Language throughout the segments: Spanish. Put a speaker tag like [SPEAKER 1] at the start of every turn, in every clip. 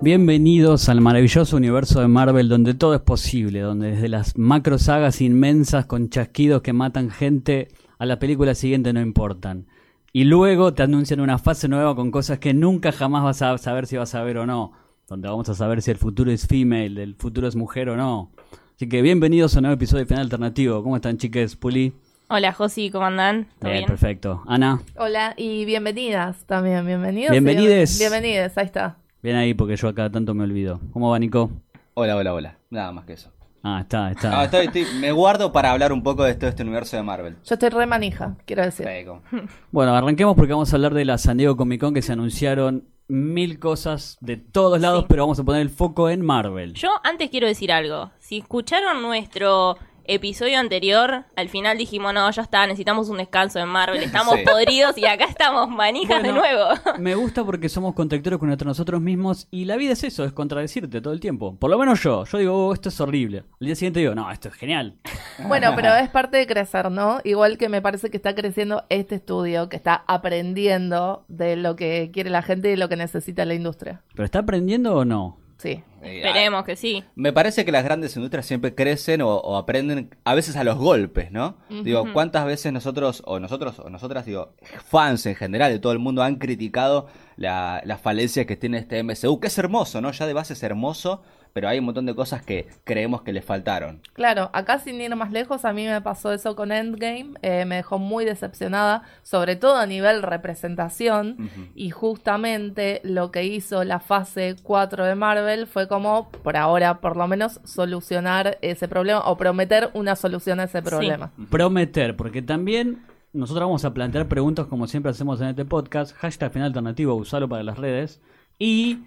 [SPEAKER 1] Bienvenidos al maravilloso universo de Marvel donde todo es posible, donde desde las macro sagas inmensas con chasquidos que matan gente a la película siguiente no importan. Y luego te anuncian una fase nueva con cosas que nunca jamás vas a saber si vas a ver o no, donde vamos a saber si el futuro es female, el futuro es mujer o no. Así que bienvenidos a un nuevo episodio de Final Alternativo. ¿Cómo están chiques? Puli.
[SPEAKER 2] Hola Josi, ¿cómo andan? ¿Todo
[SPEAKER 1] Eh,
[SPEAKER 2] bien?
[SPEAKER 1] perfecto. Ana,
[SPEAKER 3] Hola y bienvenidas también, bienvenidos.
[SPEAKER 1] Bienvenides.
[SPEAKER 3] y bienven- Bienvenides, ahí está.
[SPEAKER 1] bien ahí porque yo acá tanto me olvido. ¿Cómo va Nico?
[SPEAKER 4] Hola, hola, hola. Nada más que eso.
[SPEAKER 1] Ah, está, está.
[SPEAKER 4] Ah, estoy- estoy- me guardo para hablar un poco de todo este universo de Marvel.
[SPEAKER 3] Yo estoy re manija, quiero decir.
[SPEAKER 4] Eh, como-
[SPEAKER 1] Bueno, arranquemos porque vamos a hablar de la San Diego Comic Con que se anunciaron mil cosas de todos lados, pero vamos a poner el foco en Marvel.
[SPEAKER 2] Yo antes quiero decir algo. Si escucharon nuestro episodio anterior, al final dijimos, no, ya está, necesitamos un descanso en Marvel, estamos
[SPEAKER 4] Sí.
[SPEAKER 2] podridos y acá estamos manijas de
[SPEAKER 1] Bueno.
[SPEAKER 2] nuevo.
[SPEAKER 1] Me gusta porque somos contradictorios con entre nosotros mismos y la vida es eso, es contradecirte todo el tiempo. Por lo menos yo, yo digo, "Oh, esto es horrible. Al día siguiente digo, no, esto es genial.
[SPEAKER 3] Bueno, pero es parte de crecer, ¿no? Igual que me parece que está creciendo este estudio, que está aprendiendo de lo que quiere la gente y lo que necesita la industria.
[SPEAKER 1] ¿Pero está aprendiendo o no?
[SPEAKER 3] Sí.
[SPEAKER 4] eh, ah,
[SPEAKER 2] Esperemos que sí.
[SPEAKER 4] me parece que las grandes industrias siempre crecen o, o aprenden a veces a los golpes, ¿no? Digo, ¿cuántas veces nosotros, o nosotros, o nosotras, digo, fans en general de todo el mundo han criticado la, las falencias que tiene este MCU? Que es hermoso, ¿no? Ya de base es hermoso, pero hay un montón de cosas que creemos que le faltaron.
[SPEAKER 3] Claro, acá sin ir más lejos, a mí me pasó eso con Endgame, eh, me dejó muy decepcionada, sobre todo a nivel representación, y justamente lo que hizo la fase 4 de Marvel fue como, por ahora por lo menos, solucionar ese problema o prometer una solución a ese problema.
[SPEAKER 1] Prometer, porque también nosotros vamos a plantear preguntas como siempre hacemos en este podcast. Hashtag final alternativo, usalo para las redes. Y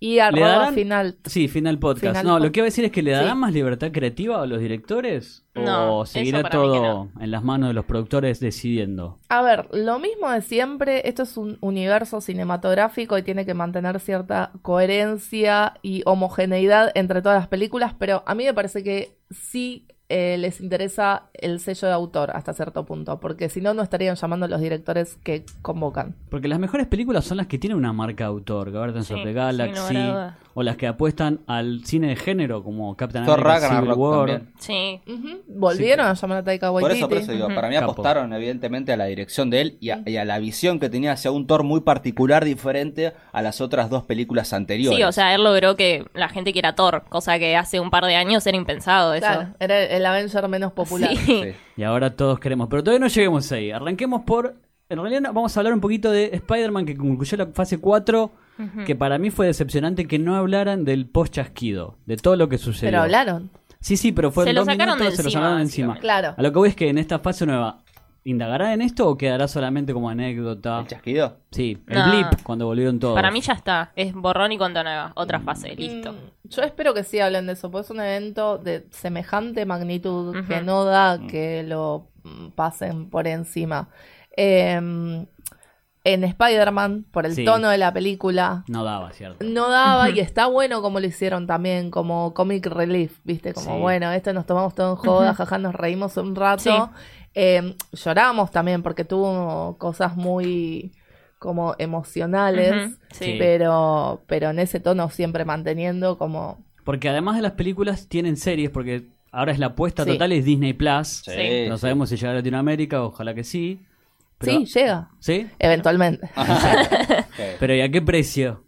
[SPEAKER 3] Y
[SPEAKER 1] ¿Le
[SPEAKER 3] arroba
[SPEAKER 1] darán?
[SPEAKER 3] final.
[SPEAKER 1] Sí, final podcast.
[SPEAKER 3] Final
[SPEAKER 1] no,
[SPEAKER 3] pod-
[SPEAKER 1] lo que iba a decir es que le darán
[SPEAKER 3] Sí.
[SPEAKER 1] más libertad creativa a los directores
[SPEAKER 2] No,
[SPEAKER 1] o
[SPEAKER 2] eso
[SPEAKER 1] seguirá
[SPEAKER 2] para mí que
[SPEAKER 1] todo en las manos de los productores decidiendo.
[SPEAKER 3] A ver, lo mismo de siempre, esto es un universo cinematográfico y tiene que mantener cierta coherencia y homogeneidad entre todas las películas, pero a mí me parece que sí eh, les interesa el sello de autor hasta cierto punto, porque si no, no estarían llamando a los directores que convocan.
[SPEAKER 1] Porque las mejores películas son las que tienen una marca de autor, Guardians
[SPEAKER 2] Sí,
[SPEAKER 1] of the
[SPEAKER 2] sin
[SPEAKER 1] Galaxy,
[SPEAKER 2] lugar a dudas.
[SPEAKER 1] o las que apuestan al cine de género como Captain
[SPEAKER 4] Thor
[SPEAKER 1] America Civil
[SPEAKER 4] Ragnarok
[SPEAKER 1] War.
[SPEAKER 4] también.
[SPEAKER 2] Sí.
[SPEAKER 3] Volvieron a llamar a Taika
[SPEAKER 4] Por
[SPEAKER 3] Waititi.
[SPEAKER 4] eso, por eso digo, para mí
[SPEAKER 1] Capo.
[SPEAKER 4] apostaron evidentemente a la dirección de él y a, y a la visión que tenía hacia un Thor muy particular, diferente a las otras dos películas anteriores.
[SPEAKER 2] Sí, o sea, él logró que la gente quiera Thor, cosa que hace un par de años era impensado eso.
[SPEAKER 3] Claro, era el Avenger menos popular.
[SPEAKER 2] Sí.
[SPEAKER 1] Y ahora todos queremos. Pero todavía no lleguemos ahí. Arranquemos por. En realidad no- vamos a hablar un poquito de Spider-Man que concluyó la fase 4.
[SPEAKER 2] Mm.
[SPEAKER 1] Que para mí fue decepcionante que no hablaran del post-chasquido, de todo lo que sucedió.
[SPEAKER 3] Pero hablaron.
[SPEAKER 1] Sí, sí, pero fue
[SPEAKER 2] Se
[SPEAKER 1] en
[SPEAKER 2] lo
[SPEAKER 1] dos
[SPEAKER 2] sacaron
[SPEAKER 1] minutos,
[SPEAKER 2] de
[SPEAKER 1] se lo
[SPEAKER 2] encima,
[SPEAKER 1] sacaron de encima.
[SPEAKER 3] Claro.
[SPEAKER 1] A lo que voy es que en esta fase nueva, ¿indagará en esto o quedará solamente como anécdota?
[SPEAKER 4] ¿El chasquido?
[SPEAKER 1] Sí, el
[SPEAKER 2] No.
[SPEAKER 1] blip cuando volvieron todos.
[SPEAKER 2] Para mí ya está, es borrón y cuenta nueva, otra fase, listo.
[SPEAKER 3] Mm, Yo espero que sí hablen de eso, porque es un evento de semejante magnitud que no da que lo mm, pasen por encima. Eh, en Spider-Man, por el
[SPEAKER 1] Sí.
[SPEAKER 3] tono de la película,
[SPEAKER 1] No daba, ¿cierto?
[SPEAKER 3] no daba y está bueno como lo hicieron también, como comic relief, ¿viste? Como
[SPEAKER 1] Sí.
[SPEAKER 3] bueno, esto nos tomamos todo en joda, jaja, nos reímos un rato.
[SPEAKER 2] Sí.
[SPEAKER 3] Eh, lloramos también porque tuvo cosas muy como emocionales,
[SPEAKER 2] Ujú, sí.
[SPEAKER 3] pero pero en ese tono siempre manteniendo como
[SPEAKER 1] Porque además de las películas, tienen series, porque ahora es la apuesta
[SPEAKER 3] Sí.
[SPEAKER 1] total, es Disney Plus.
[SPEAKER 2] Sí.
[SPEAKER 1] No
[SPEAKER 4] sí.
[SPEAKER 1] sabemos si llega a Latinoamérica, ojalá que sí. Pero- Ah.
[SPEAKER 3] sí, llega
[SPEAKER 1] ¿Sí?
[SPEAKER 3] eventualmente.
[SPEAKER 4] Sí.
[SPEAKER 1] Pero ¿y a qué precio?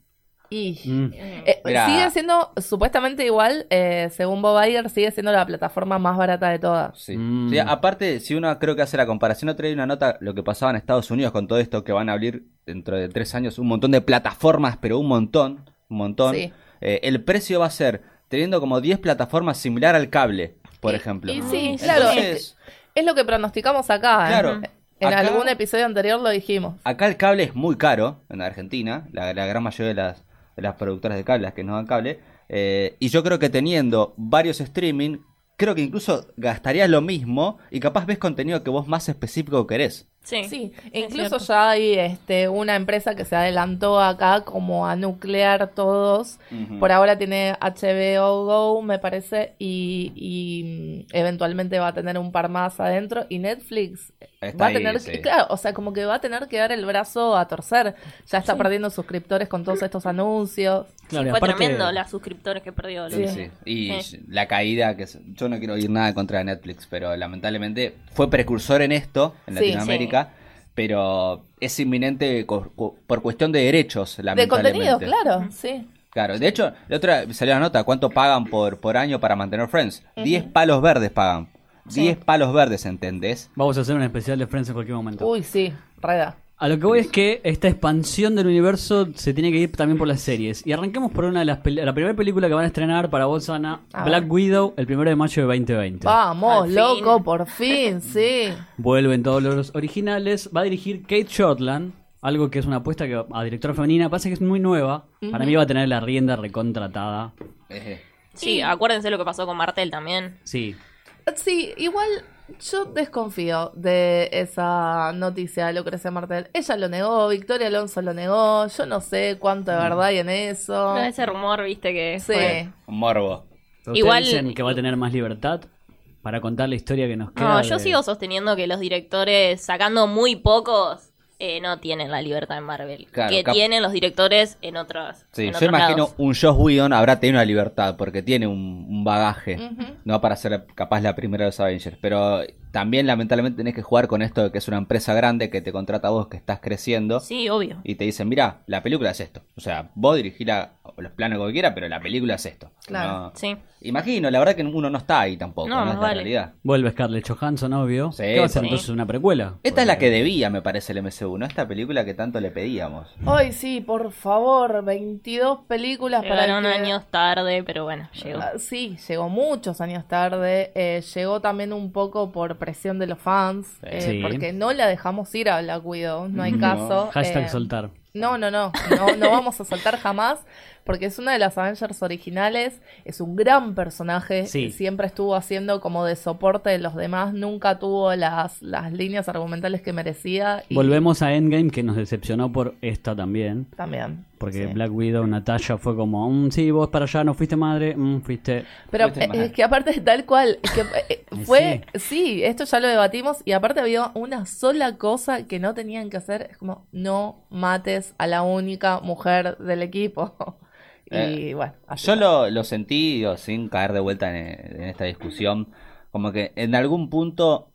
[SPEAKER 3] Y
[SPEAKER 1] Mm.
[SPEAKER 3] Eh,
[SPEAKER 4] Mirá.
[SPEAKER 3] sigue siendo supuestamente igual, eh, según Bob Iger, sigue siendo la plataforma más barata de todas.
[SPEAKER 4] Sí.
[SPEAKER 1] Mm.
[SPEAKER 4] Sí, aparte, si uno creo que hace la comparación, otro día hay una nota lo que pasaba en Estados Unidos con todo esto que van a abrir dentro de tres años un montón de plataformas, pero un montón, un montón.
[SPEAKER 3] Sí.
[SPEAKER 4] Eh, el precio va a ser teniendo como 10 plataformas similar al cable, por ejemplo.
[SPEAKER 3] Y Eh, sí,
[SPEAKER 2] Ah.
[SPEAKER 3] claro,
[SPEAKER 4] Mm. Entonces,
[SPEAKER 3] Es lo que pronosticamos acá. ¿eh?
[SPEAKER 4] Claro.
[SPEAKER 3] En
[SPEAKER 4] Acá-
[SPEAKER 3] algún episodio anterior lo dijimos.
[SPEAKER 4] Acá el cable es muy caro en Argentina, la, la gran mayoría de las, de las productoras de cable, las que nos dan cable. eh, y yo creo que teniendo varios streaming, creo que incluso gastarías lo mismo y capaz ves contenido que vos más específico querés.
[SPEAKER 2] Sí.
[SPEAKER 3] Sí, e
[SPEAKER 2] es
[SPEAKER 3] incluso
[SPEAKER 2] cierto.
[SPEAKER 3] ya hay este, una empresa que se adelantó acá como a nuclear todos.
[SPEAKER 4] Ujú.
[SPEAKER 3] Por ahora tiene HBO Go, me parece, y, y, mm, eventualmente va a tener un par más adentro. Y Netflix
[SPEAKER 4] Está
[SPEAKER 3] va a
[SPEAKER 4] ahí,
[SPEAKER 3] tener
[SPEAKER 4] sí.
[SPEAKER 3] que, claro, o sea, como que va a tener que dar el brazo a torcer. Ya está perdiendo suscriptores con todos estos anuncios.
[SPEAKER 1] Claro, y
[SPEAKER 2] Fue
[SPEAKER 1] aparte-
[SPEAKER 2] tremendo las suscriptores que perdió.
[SPEAKER 4] Sí,
[SPEAKER 2] boludo.
[SPEAKER 4] sí.
[SPEAKER 3] Eh.
[SPEAKER 4] Y
[SPEAKER 2] Sí.
[SPEAKER 4] la caída, que es- yo no quiero oír nada contra Netflix, pero lamentablemente fue precursor en esto, en
[SPEAKER 3] Sí,
[SPEAKER 4] Latinoamérica, pero es inminente co- co- por cuestión de derechos,
[SPEAKER 3] De
[SPEAKER 4] lamentablemente.
[SPEAKER 3] contenido, claro, sí.
[SPEAKER 4] Claro, de hecho, la otra salió la nota, ¿cuánto pagan por, por año para mantener Friends? 10 palos verdes pagan. 10 palos verdes, ¿entendés?
[SPEAKER 1] Vamos a hacer un especial de Friends en cualquier momento.
[SPEAKER 3] Uy, sí, reda.
[SPEAKER 1] A lo que voy es que esta expansión del universo se tiene que ir también por las series. Y arranquemos por una de las peli- la primera película que van a estrenar para vos, Ana,
[SPEAKER 3] A
[SPEAKER 1] Black
[SPEAKER 3] ver.
[SPEAKER 1] Widow, el primero de mayo de 2020.
[SPEAKER 3] Vamos,
[SPEAKER 2] Al fin.
[SPEAKER 3] loco, por fin, sí.
[SPEAKER 1] Vuelven todos los originales. Va a dirigir Kate Shortland, algo que es una apuesta que a directora femenina. Pasa que es muy nueva. Para mí va a tener la rienda recontratada.
[SPEAKER 4] Ejé.
[SPEAKER 2] Sí, acuérdense lo que pasó con Martel también.
[SPEAKER 1] Sí.
[SPEAKER 3] Sí, igual yo desconfío de esa noticia de Lucrecia Martel. Ella lo negó, Victoria Alonso lo negó, yo no sé cuánto de
[SPEAKER 1] Mm.
[SPEAKER 3] verdad hay en eso.
[SPEAKER 2] No, ese rumor, viste que.
[SPEAKER 3] Sí.
[SPEAKER 2] fue-
[SPEAKER 4] Un morbo.
[SPEAKER 1] Ustedes
[SPEAKER 2] Igual-
[SPEAKER 1] dicen que va a tener más libertad para contar la historia que nos queda.
[SPEAKER 2] No, yo
[SPEAKER 1] de-
[SPEAKER 2] sigo sosteniendo que los directores, sacando muy pocos, eh, no tienen la libertad en Marvel.
[SPEAKER 4] Claro,
[SPEAKER 2] que
[SPEAKER 4] cap-
[SPEAKER 2] tienen los directores en otros.
[SPEAKER 4] Sí,
[SPEAKER 2] en
[SPEAKER 4] yo
[SPEAKER 2] otros
[SPEAKER 4] imagino
[SPEAKER 2] lados.
[SPEAKER 4] un Josh Whedon habrá tenido una libertad porque tiene un, un bagaje, no para ser capaz la primera de los Avengers, pero también lamentablemente tenés que jugar con esto de que es una empresa grande que te contrata a vos que estás creciendo
[SPEAKER 2] Sí, obvio.
[SPEAKER 4] y te dicen, mira, la película es esto, o sea, vos dirigís la- los planos que quieras, pero la película es esto.
[SPEAKER 3] Claro,
[SPEAKER 4] No-
[SPEAKER 2] Sí.
[SPEAKER 4] Imagino, la verdad que uno no está ahí tampoco,
[SPEAKER 2] No,
[SPEAKER 4] no,
[SPEAKER 2] más
[SPEAKER 4] es la
[SPEAKER 2] vale.
[SPEAKER 4] realidad.
[SPEAKER 1] Vuelve Scarlett Johansson, obvio.
[SPEAKER 4] Sí,
[SPEAKER 1] ¿Qué va a ser
[SPEAKER 4] sí.
[SPEAKER 1] entonces una precuela?
[SPEAKER 4] Esta es la que debía, me parece, el MCU, ¿no? Esta película que tanto le pedíamos.
[SPEAKER 3] Ay, sí, por favor, 22 películas para
[SPEAKER 2] Llegaron
[SPEAKER 3] el que-
[SPEAKER 2] años tarde, pero bueno, llegó.
[SPEAKER 3] Ah, Sí, llegó muchos años tarde, eh, llegó también un poco por presión de los fans, eh,
[SPEAKER 1] Sí.
[SPEAKER 3] porque no la dejamos ir a Black Widow, no hay
[SPEAKER 4] No.
[SPEAKER 3] caso.
[SPEAKER 1] Hashtag
[SPEAKER 3] eh,
[SPEAKER 1] soltar.
[SPEAKER 3] No, no, no, no, no vamos a saltar jamás, porque es una de las Avengers originales, es un gran personaje,
[SPEAKER 1] Sí.
[SPEAKER 3] y siempre estuvo haciendo como de soporte de los demás, nunca tuvo las, las líneas argumentales que merecía. y
[SPEAKER 1] Volvemos a Endgame, que nos decepcionó por esta también.
[SPEAKER 3] También.
[SPEAKER 1] Porque
[SPEAKER 3] sí.
[SPEAKER 1] Black Widow, Natasha, fue como, "Mm, sí, vos para allá no fuiste madre, mm, fuiste...
[SPEAKER 3] Pero
[SPEAKER 4] Fuiste
[SPEAKER 3] eh,
[SPEAKER 4] mal.
[SPEAKER 3] es que aparte tal cual, es que, eh,
[SPEAKER 1] Y
[SPEAKER 3] fue, sí. esto ya lo debatimos y aparte había una sola cosa que no tenían que hacer, es como no mates a la única mujer del equipo. y
[SPEAKER 4] Eh,
[SPEAKER 3] bueno, así
[SPEAKER 4] Yo
[SPEAKER 3] fue.
[SPEAKER 4] lo, lo sentí, digo, sin caer de vuelta en, en esta discusión, como que en algún punto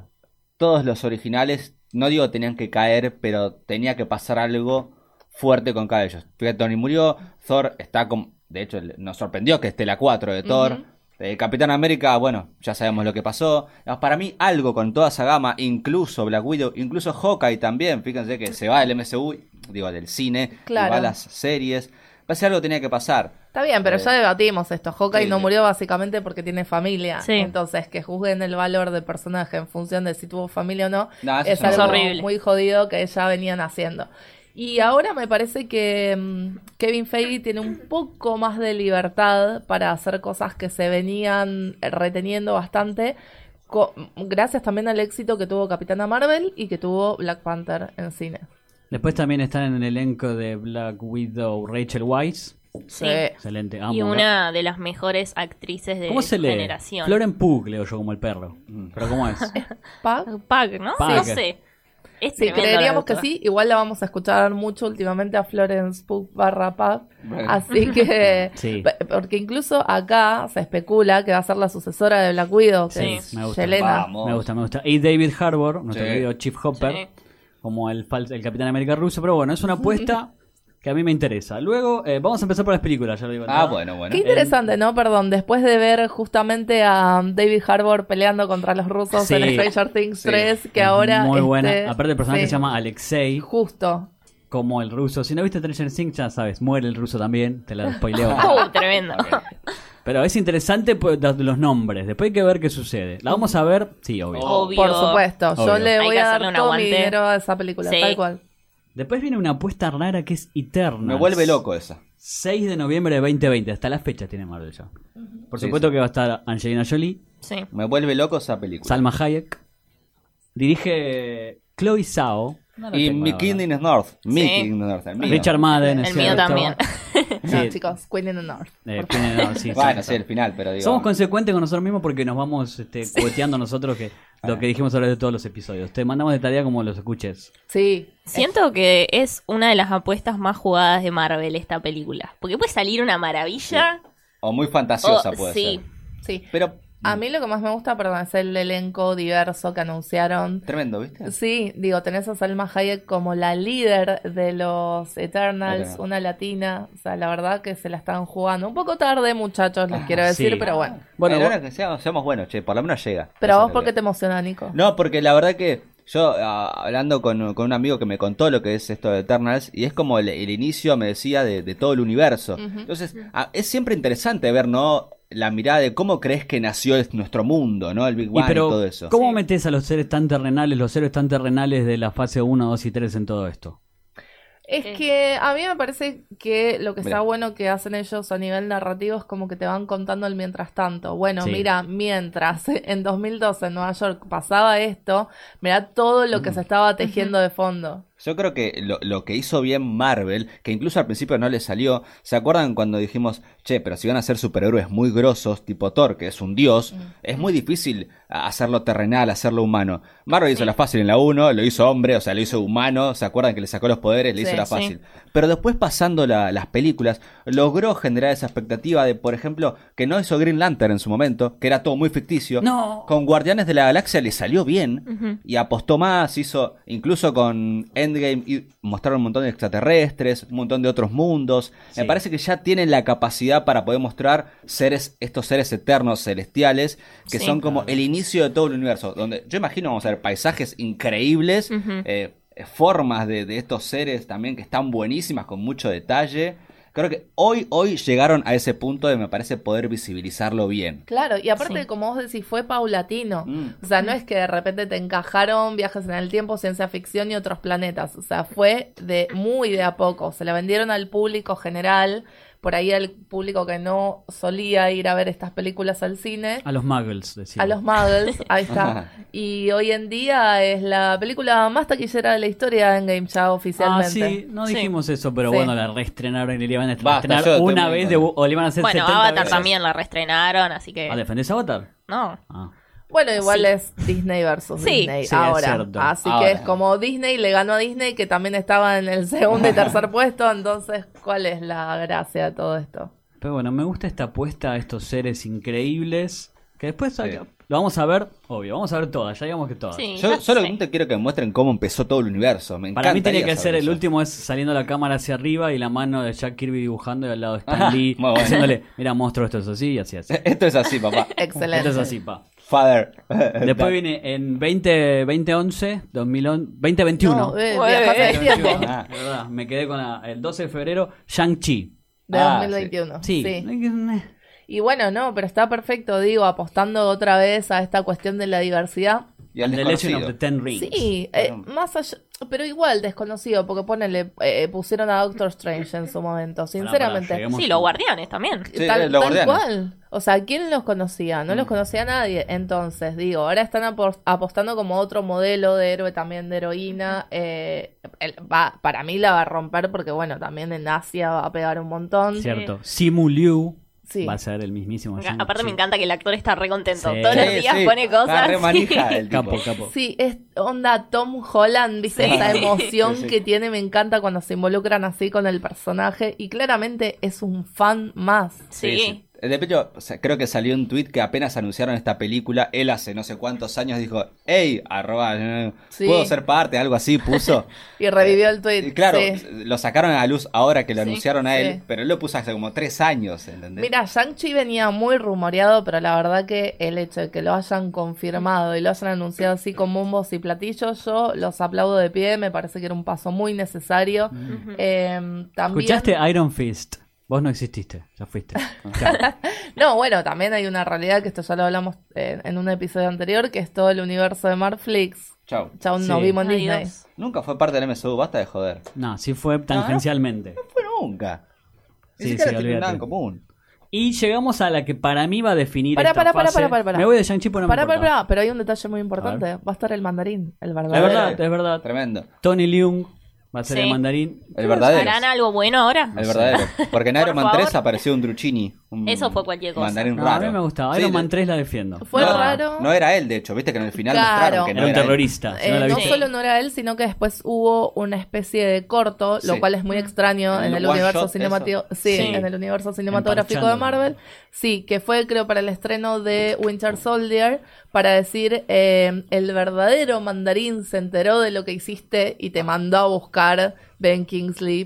[SPEAKER 4] todos los originales, no digo tenían que caer, pero tenía que pasar algo fuerte con cada de ellos. Fíjate, Tony murió, Thor está como... De hecho, le- nos sorprendió que esté la 4 de Thor. Eh, Capitán América, bueno, ya sabemos lo que pasó. No, Para mí, algo con toda esa gama, incluso Black Widow, incluso Hawkeye también. Fíjense que se va del MCU, digo, del cine, y
[SPEAKER 3] Claro.
[SPEAKER 4] va a las series. Parece algo tenía que pasar.
[SPEAKER 3] Está bien, pero
[SPEAKER 4] Eh,
[SPEAKER 3] ya debatimos esto. Hawkeye
[SPEAKER 4] sí,
[SPEAKER 3] no
[SPEAKER 4] sí.
[SPEAKER 3] murió básicamente porque tiene familia.
[SPEAKER 2] Sí.
[SPEAKER 3] Entonces, que juzguen el valor del personaje en función de si tuvo familia o no,
[SPEAKER 4] No, eso
[SPEAKER 3] es
[SPEAKER 4] es una
[SPEAKER 3] algo
[SPEAKER 2] locura. Horrible.
[SPEAKER 3] muy jodido que ya venían haciendo. Y ahora me parece que mm, Kevin Feige tiene un poco más de libertad para hacer cosas que se venían reteniendo bastante. co- gracias también al éxito que tuvo Capitana Marvel y que tuvo Black Panther en cine.
[SPEAKER 1] Después también están en el elenco de Black Widow Rachel Weisz.
[SPEAKER 2] Sí.
[SPEAKER 1] Excelente.
[SPEAKER 2] Y
[SPEAKER 1] amo.
[SPEAKER 2] una de las mejores actrices de
[SPEAKER 1] ¿Cómo se lee?
[SPEAKER 2] generación.
[SPEAKER 1] Floren Pugh, leo yo como el perro. Pero ¿cómo es?
[SPEAKER 3] Pac.
[SPEAKER 2] Pag, ¿no?
[SPEAKER 1] Pag.
[SPEAKER 2] No sé. Es
[SPEAKER 3] Sí,
[SPEAKER 2] tremenda la
[SPEAKER 3] creeríamos que
[SPEAKER 2] doctora.
[SPEAKER 3] sí. Igual la vamos a escuchar mucho últimamente a Florence Pugh barra Pub.
[SPEAKER 4] Bueno.
[SPEAKER 3] Así que...
[SPEAKER 1] Sí.
[SPEAKER 3] p- Porque incluso acá se especula que va a ser la sucesora de Black Widow, que
[SPEAKER 2] Sí,
[SPEAKER 3] es
[SPEAKER 1] me gusta.
[SPEAKER 3] Yelena.
[SPEAKER 4] Vamos.
[SPEAKER 1] Me gusta, me gusta. Y David Harbour, nuestro
[SPEAKER 4] Sí.
[SPEAKER 1] querido Chief Hopper,
[SPEAKER 2] Sí.
[SPEAKER 1] como el, fal- el Capitán América ruso. Pero bueno, es una apuesta que a mí me interesa. Luego, eh, vamos a empezar por las películas, ya lo digo.
[SPEAKER 4] Ah,
[SPEAKER 1] ¿no?
[SPEAKER 4] bueno, bueno.
[SPEAKER 3] Qué interesante, ¿no? Perdón, después de ver justamente a David Harbour peleando contra los rusos
[SPEAKER 1] Sí.
[SPEAKER 3] en Stranger Things
[SPEAKER 4] Sí.
[SPEAKER 3] 3, que ahora...
[SPEAKER 1] Muy
[SPEAKER 3] este,
[SPEAKER 1] buena. Aparte, el personaje
[SPEAKER 3] sí.
[SPEAKER 1] se llama Alexei.
[SPEAKER 3] Justo.
[SPEAKER 1] como el ruso. Si no viste Stranger Things, ya sabes, muere el ruso también, te la spoileo.
[SPEAKER 3] Oh.
[SPEAKER 2] Uh, tremendo.
[SPEAKER 1] Pero es interesante por- da- los nombres, después hay que ver qué sucede. La vamos a ver, sí, obvio.
[SPEAKER 4] Oh.
[SPEAKER 2] Obvio.
[SPEAKER 3] Por supuesto. Yo
[SPEAKER 1] Obvio.
[SPEAKER 3] le
[SPEAKER 2] Hay
[SPEAKER 3] voy
[SPEAKER 2] que
[SPEAKER 3] a
[SPEAKER 2] hacerle
[SPEAKER 3] dar
[SPEAKER 2] un
[SPEAKER 3] todo mi
[SPEAKER 2] aguante.
[SPEAKER 3] dinero a esa película,
[SPEAKER 2] Sí.
[SPEAKER 3] tal cual.
[SPEAKER 1] Después viene una apuesta rara que es eterna.
[SPEAKER 4] Me vuelve loco esa.
[SPEAKER 1] 6 de noviembre de 2020, hasta la fecha tiene Marvel ya. Por
[SPEAKER 4] Sí,
[SPEAKER 1] supuesto
[SPEAKER 4] sí.
[SPEAKER 1] que va a estar Angelina Jolie,
[SPEAKER 2] Sí.
[SPEAKER 4] Me vuelve loco esa película.
[SPEAKER 1] Salma Hayek. Dirige Chloe Zhao. No la
[SPEAKER 4] Y
[SPEAKER 1] tengo, la
[SPEAKER 4] Mickey
[SPEAKER 1] verdad.
[SPEAKER 4] in the North. Mickey
[SPEAKER 2] Sí.
[SPEAKER 4] in the North. el mío.
[SPEAKER 1] Richard Madden, es
[SPEAKER 2] El mío
[SPEAKER 1] cierto.
[SPEAKER 2] también.
[SPEAKER 3] No,
[SPEAKER 1] Sí,
[SPEAKER 3] chicos, Queen in the North.
[SPEAKER 1] eh,
[SPEAKER 3] por
[SPEAKER 1] tiene- no, sí,
[SPEAKER 4] Bueno,
[SPEAKER 1] sí,
[SPEAKER 4] sí, el final, pero digo.
[SPEAKER 1] Somos consecuentes con nosotros mismos porque nos vamos este, coheteando nosotros que lo que dijimos a lo largo de todos los episodios. Te mandamos de tarea como los escuches.
[SPEAKER 3] favor. Sí.
[SPEAKER 2] Siento que es una de las apuestas más jugadas de Marvel esta película. Porque puede salir una maravilla.
[SPEAKER 4] O muy fantasiosa
[SPEAKER 2] o
[SPEAKER 4] puede
[SPEAKER 2] sí.
[SPEAKER 4] ser.
[SPEAKER 3] Oh, Sí. Ah.
[SPEAKER 4] Pero
[SPEAKER 3] A mí lo que más me gusta, perdón, es el elenco diverso que anunciaron.
[SPEAKER 4] tremendo, ¿viste?
[SPEAKER 3] Sí, digo, tenés a Salma Hayek como la líder de los Eternals,
[SPEAKER 4] Eternals.
[SPEAKER 3] una latina. O sea, la verdad que se la están jugando. Un poco tarde, muchachos,
[SPEAKER 4] Ah,
[SPEAKER 3] les quiero decir,
[SPEAKER 1] sí.
[SPEAKER 3] pero bueno.
[SPEAKER 1] Bueno,
[SPEAKER 4] Bueno,
[SPEAKER 1] vos-
[SPEAKER 4] ahora Eh, que seamos, seamos buenos, che, por lo menos llega.
[SPEAKER 3] Pero
[SPEAKER 4] Ah, Eso
[SPEAKER 3] a
[SPEAKER 4] es
[SPEAKER 3] vos,
[SPEAKER 4] lo
[SPEAKER 3] ¿por
[SPEAKER 4] que-
[SPEAKER 3] qué te emociona, Nico?
[SPEAKER 4] No, porque la verdad que yo ah, hablando con, con un amigo que me contó lo que es esto de Eternals, y es como el, el inicio, me decía, de, de todo el universo. Entonces, ah, es siempre interesante ver, ¿no? La mirada de cómo crees que nació es- nuestro mundo, ¿no? El Big
[SPEAKER 1] y
[SPEAKER 4] Bang y,
[SPEAKER 1] pero,
[SPEAKER 4] todo eso.
[SPEAKER 1] ¿cómo metes a los seres tan terrenales, los seres tan terrenales de la fase 1, 2 y 3 en todo esto?
[SPEAKER 3] Es
[SPEAKER 2] Sí.
[SPEAKER 3] que a mí me parece que lo que
[SPEAKER 4] Mirá.
[SPEAKER 3] está bueno que hacen ellos a nivel narrativo es como que te van contando el mientras tanto. Bueno,
[SPEAKER 1] Sí.
[SPEAKER 3] mira, mientras en 2012 en Nueva York pasaba esto, mira todo lo que
[SPEAKER 4] Mm.
[SPEAKER 3] se estaba tejiendo de fondo.
[SPEAKER 4] Yo creo que lo, lo que hizo bien Marvel, que incluso al principio no le salió, ¿se acuerdan cuando dijimos, che, pero si van a ser superhéroes muy grosos, tipo Thor, que es un dios,
[SPEAKER 3] Mm.
[SPEAKER 4] es muy difícil a- hacerlo terrenal, hacerlo humano? Marvel hizo la fácil en la 1, lo hizo hombre, o sea, lo hizo humano, ¿se acuerdan que le sacó los poderes? Le
[SPEAKER 3] Sí,
[SPEAKER 4] hizo la
[SPEAKER 3] sí.
[SPEAKER 4] fácil. Pero después pasando la- las películas, logró generar esa expectativa de, por ejemplo, que no hizo Green Lantern en su momento, que era todo muy ficticio.
[SPEAKER 1] No.
[SPEAKER 4] Con Guardianes de la Galaxia le salió bien
[SPEAKER 2] Ujú.
[SPEAKER 4] y apostó más, hizo incluso con Endgame y mostraron un montón de extraterrestres, un montón de otros mundos.
[SPEAKER 1] Sí.
[SPEAKER 4] Me parece que ya tienen la capacidad para poder mostrar seres, estos seres eternos celestiales que
[SPEAKER 2] Sí.
[SPEAKER 4] son como el inicio de todo el universo, donde yo imagino vamos a ver paisajes increíbles,
[SPEAKER 2] Ujú.
[SPEAKER 4] eh, formas de, de estos seres también que están buenísimas con mucho detalle. Creo que hoy, hoy llegaron a ese punto de me parece poder visibilizarlo bien.
[SPEAKER 3] Claro, y aparte,
[SPEAKER 2] Sí.
[SPEAKER 3] como vos decís, fue paulatino.
[SPEAKER 4] Mm.
[SPEAKER 3] O sea, no es que de repente te encajaron viajes en el tiempo, ciencia ficción y otros planetas. O sea, fue de muy de a poco. Se la vendieron al público general, por ahí al público que no solía ir a ver estas películas al cine.
[SPEAKER 1] A los muggles, decía.
[SPEAKER 3] A los Muggles, ahí está.
[SPEAKER 4] Ajá.
[SPEAKER 3] Y hoy en día es la película más taquillera de la historia de Endgame ya
[SPEAKER 1] Ah,
[SPEAKER 3] oficialmente.
[SPEAKER 1] sí, no
[SPEAKER 2] Sí.
[SPEAKER 1] dijimos eso, pero
[SPEAKER 3] Sí.
[SPEAKER 1] bueno, la reestrenaron y le iban a
[SPEAKER 4] Basta,
[SPEAKER 1] reestrenar
[SPEAKER 4] yo estoy
[SPEAKER 1] una
[SPEAKER 4] muy
[SPEAKER 1] vez
[SPEAKER 4] en
[SPEAKER 1] de-
[SPEAKER 4] contra.
[SPEAKER 1] o le iban a hacer
[SPEAKER 2] Bueno,
[SPEAKER 1] 70
[SPEAKER 2] Avatar
[SPEAKER 1] veces.
[SPEAKER 2] también la reestrenaron, así que.
[SPEAKER 1] ¿Ah, defendés Avatar?
[SPEAKER 2] No.
[SPEAKER 1] Ah.
[SPEAKER 3] Bueno, igual
[SPEAKER 2] Sí.
[SPEAKER 3] es Disney versus
[SPEAKER 2] Sí.
[SPEAKER 3] Disney
[SPEAKER 1] Sí, es
[SPEAKER 3] ahora.
[SPEAKER 1] cierto.
[SPEAKER 3] Así
[SPEAKER 4] Ahora.
[SPEAKER 3] que es como Disney le ganó a Disney, que también estaba en el segundo y tercer puesto. Entonces, ¿cuál es la gracia de todo esto?
[SPEAKER 1] Pero bueno, me gusta esta apuesta a estos seres increíbles. Que después
[SPEAKER 4] Sí.
[SPEAKER 1] lo vamos a ver, obvio, vamos a ver todas, ya digamos que todas.
[SPEAKER 2] Sí,
[SPEAKER 4] Yo
[SPEAKER 2] ya
[SPEAKER 4] solo
[SPEAKER 2] sé.
[SPEAKER 4] te quiero que muestren cómo empezó todo el universo. Me
[SPEAKER 1] Para mí tenía
[SPEAKER 4] encantaría
[SPEAKER 1] que
[SPEAKER 4] saber
[SPEAKER 1] ser el
[SPEAKER 4] eso.
[SPEAKER 1] último es saliendo la cámara hacia arriba y la mano de Jack Kirby dibujando y al lado de Stan Lee
[SPEAKER 4] Ah, muy bueno.
[SPEAKER 1] diciéndole, mira monstruo, esto es así y así así.
[SPEAKER 4] Esto es así, papá.
[SPEAKER 3] Excelente.
[SPEAKER 1] Esto es así, pa.
[SPEAKER 4] Father.
[SPEAKER 1] Después viene en 20, 2011, 2011, 2021.
[SPEAKER 3] No, eh,
[SPEAKER 2] Ué,
[SPEAKER 3] viajas en el tiempo.
[SPEAKER 1] Ah, de verdad, me quedé con la- el 12 de febrero, Shang-Chi.
[SPEAKER 3] De
[SPEAKER 4] Ah,
[SPEAKER 3] 2021.
[SPEAKER 1] Sí.
[SPEAKER 3] Y bueno, no, pero está perfecto, digo, apostando otra vez a esta cuestión de la diversidad.
[SPEAKER 4] Y al
[SPEAKER 1] The Legend of
[SPEAKER 4] desconocido.
[SPEAKER 1] the Ten Rings.
[SPEAKER 3] Sí, eh, más allá, pero igual desconocido, porque ponele, eh, pusieron a Doctor Strange en su momento,
[SPEAKER 1] Pará, pará,
[SPEAKER 3] sinceramente.
[SPEAKER 1] lleguemos-
[SPEAKER 2] Sí, los guardianes también.
[SPEAKER 4] Sí,
[SPEAKER 3] tal
[SPEAKER 4] eh, los
[SPEAKER 3] tal
[SPEAKER 4] guardianes. Mm.
[SPEAKER 3] cual. O sea, ¿quién los conocía? No los conocía nadie. Entonces, digo, ahora están apos- apostando como otro modelo de héroe también, de heroína. Eh, el- va, para mí la va a romper porque, bueno, también en Asia va a pegar un montón.
[SPEAKER 1] Cierto. Simu Liu
[SPEAKER 3] Sí.
[SPEAKER 1] va a ser el mismísimo.
[SPEAKER 2] Acá-
[SPEAKER 1] Shang-Chi.
[SPEAKER 2] Aparte me encanta que el actor está re contento.
[SPEAKER 1] Sí.
[SPEAKER 2] Todos los
[SPEAKER 4] Sí,
[SPEAKER 2] días
[SPEAKER 4] sí.
[SPEAKER 2] pone
[SPEAKER 4] Está
[SPEAKER 2] cosas.
[SPEAKER 4] re
[SPEAKER 2] sí.
[SPEAKER 4] manija el tipo.
[SPEAKER 1] Capo, capo.
[SPEAKER 3] Sí, es onda Tom Holland, ¿viste?
[SPEAKER 2] Sí.
[SPEAKER 3] Esa emoción
[SPEAKER 4] Sí, sí.
[SPEAKER 3] que tiene, me encanta cuando se involucran así con el personaje y claramente es un fan más.
[SPEAKER 4] Sí, sí. De hecho, o sea, creo que salió un tweet que apenas anunciaron esta película, él hace no sé cuántos años dijo, hey, arroba, eh,
[SPEAKER 3] Sí.
[SPEAKER 4] puedo ser parte, algo así puso.
[SPEAKER 3] Y revivió el tweet.
[SPEAKER 4] Eh, Y claro,
[SPEAKER 3] sí.
[SPEAKER 4] lo sacaron a la luz ahora que lo
[SPEAKER 2] Sí,
[SPEAKER 4] anunciaron a él,
[SPEAKER 3] sí.
[SPEAKER 4] pero él lo puso hace como tres años, ¿entendés?
[SPEAKER 3] Mira, Shang-Chi venía muy rumoreado, pero la verdad que el hecho de que lo hayan confirmado y lo hayan anunciado así con bombos y platillos, yo los aplaudo de pie, me parece que era un paso muy necesario. Eh, también...
[SPEAKER 1] ¿Escuchaste Iron Fist? Vos no exististe, ya fuiste. Chao.
[SPEAKER 3] No, bueno, también hay una realidad que esto ya lo hablamos eh, en un episodio anterior, que es todo el universo de Marflix.
[SPEAKER 4] Chau.
[SPEAKER 3] Chao, nos
[SPEAKER 1] Sí.
[SPEAKER 3] vimos en Disney.
[SPEAKER 2] Adiós.
[SPEAKER 4] Nunca fue parte del MSU, basta de joder.
[SPEAKER 1] No, sí fue tangencialmente.
[SPEAKER 4] Fue nunca. Ni
[SPEAKER 1] Sí,
[SPEAKER 4] siquiera
[SPEAKER 1] sí,
[SPEAKER 4] tienen nada
[SPEAKER 1] olvídate.
[SPEAKER 4] en común.
[SPEAKER 1] Y llegamos a la que para mí va a definir
[SPEAKER 3] Pará,
[SPEAKER 1] esta
[SPEAKER 3] pará, pará,
[SPEAKER 1] fase.
[SPEAKER 3] pará, pará, pará.
[SPEAKER 1] Me voy de Shang-Chi por no me
[SPEAKER 3] Pará, pará,
[SPEAKER 1] importa.
[SPEAKER 3] pará, pero hay un detalle muy importante. Va a estar el mandarín, el
[SPEAKER 1] Es
[SPEAKER 3] verdadero.
[SPEAKER 1] verdad, es verdad.
[SPEAKER 4] Tremendo.
[SPEAKER 1] Tony Leung va a ser
[SPEAKER 2] Sí.
[SPEAKER 1] el mandarín.
[SPEAKER 4] El verdadero.
[SPEAKER 2] ¿Harán algo bueno ahora?
[SPEAKER 4] El verdadero. Porque en
[SPEAKER 2] Por
[SPEAKER 4] Iron Man
[SPEAKER 2] favor.
[SPEAKER 4] 3 apareció un Druchini. un
[SPEAKER 2] Eso fue cualquier cosa.
[SPEAKER 4] Mandarín
[SPEAKER 1] No,
[SPEAKER 4] raro.
[SPEAKER 1] A mí me gustaba.
[SPEAKER 4] Sí,
[SPEAKER 1] Iron
[SPEAKER 4] de-
[SPEAKER 1] Man 3 la defiendo.
[SPEAKER 3] Fue
[SPEAKER 4] no,
[SPEAKER 3] raro.
[SPEAKER 4] No era él, de hecho. Viste que en el final
[SPEAKER 3] Claro.
[SPEAKER 4] mostraron que no
[SPEAKER 1] era un
[SPEAKER 4] era él.
[SPEAKER 1] terrorista. si
[SPEAKER 3] Eh,
[SPEAKER 1] no la
[SPEAKER 3] no
[SPEAKER 1] viste.
[SPEAKER 3] solo no era él, sino que después hubo una especie de corto,
[SPEAKER 4] Sí.
[SPEAKER 3] lo cual es muy extraño
[SPEAKER 4] El
[SPEAKER 3] en el
[SPEAKER 4] one
[SPEAKER 3] universo
[SPEAKER 4] shot,
[SPEAKER 3] cinematográfico, sí,
[SPEAKER 1] Sí.
[SPEAKER 3] en el universo cinematográfico de
[SPEAKER 1] Emparchándolo.
[SPEAKER 3] Marvel, sí, que fue creo para el estreno de Winter Soldier para decir eh, el verdadero mandarín se enteró de lo que hiciste y te mandó a buscar Ben Kingsley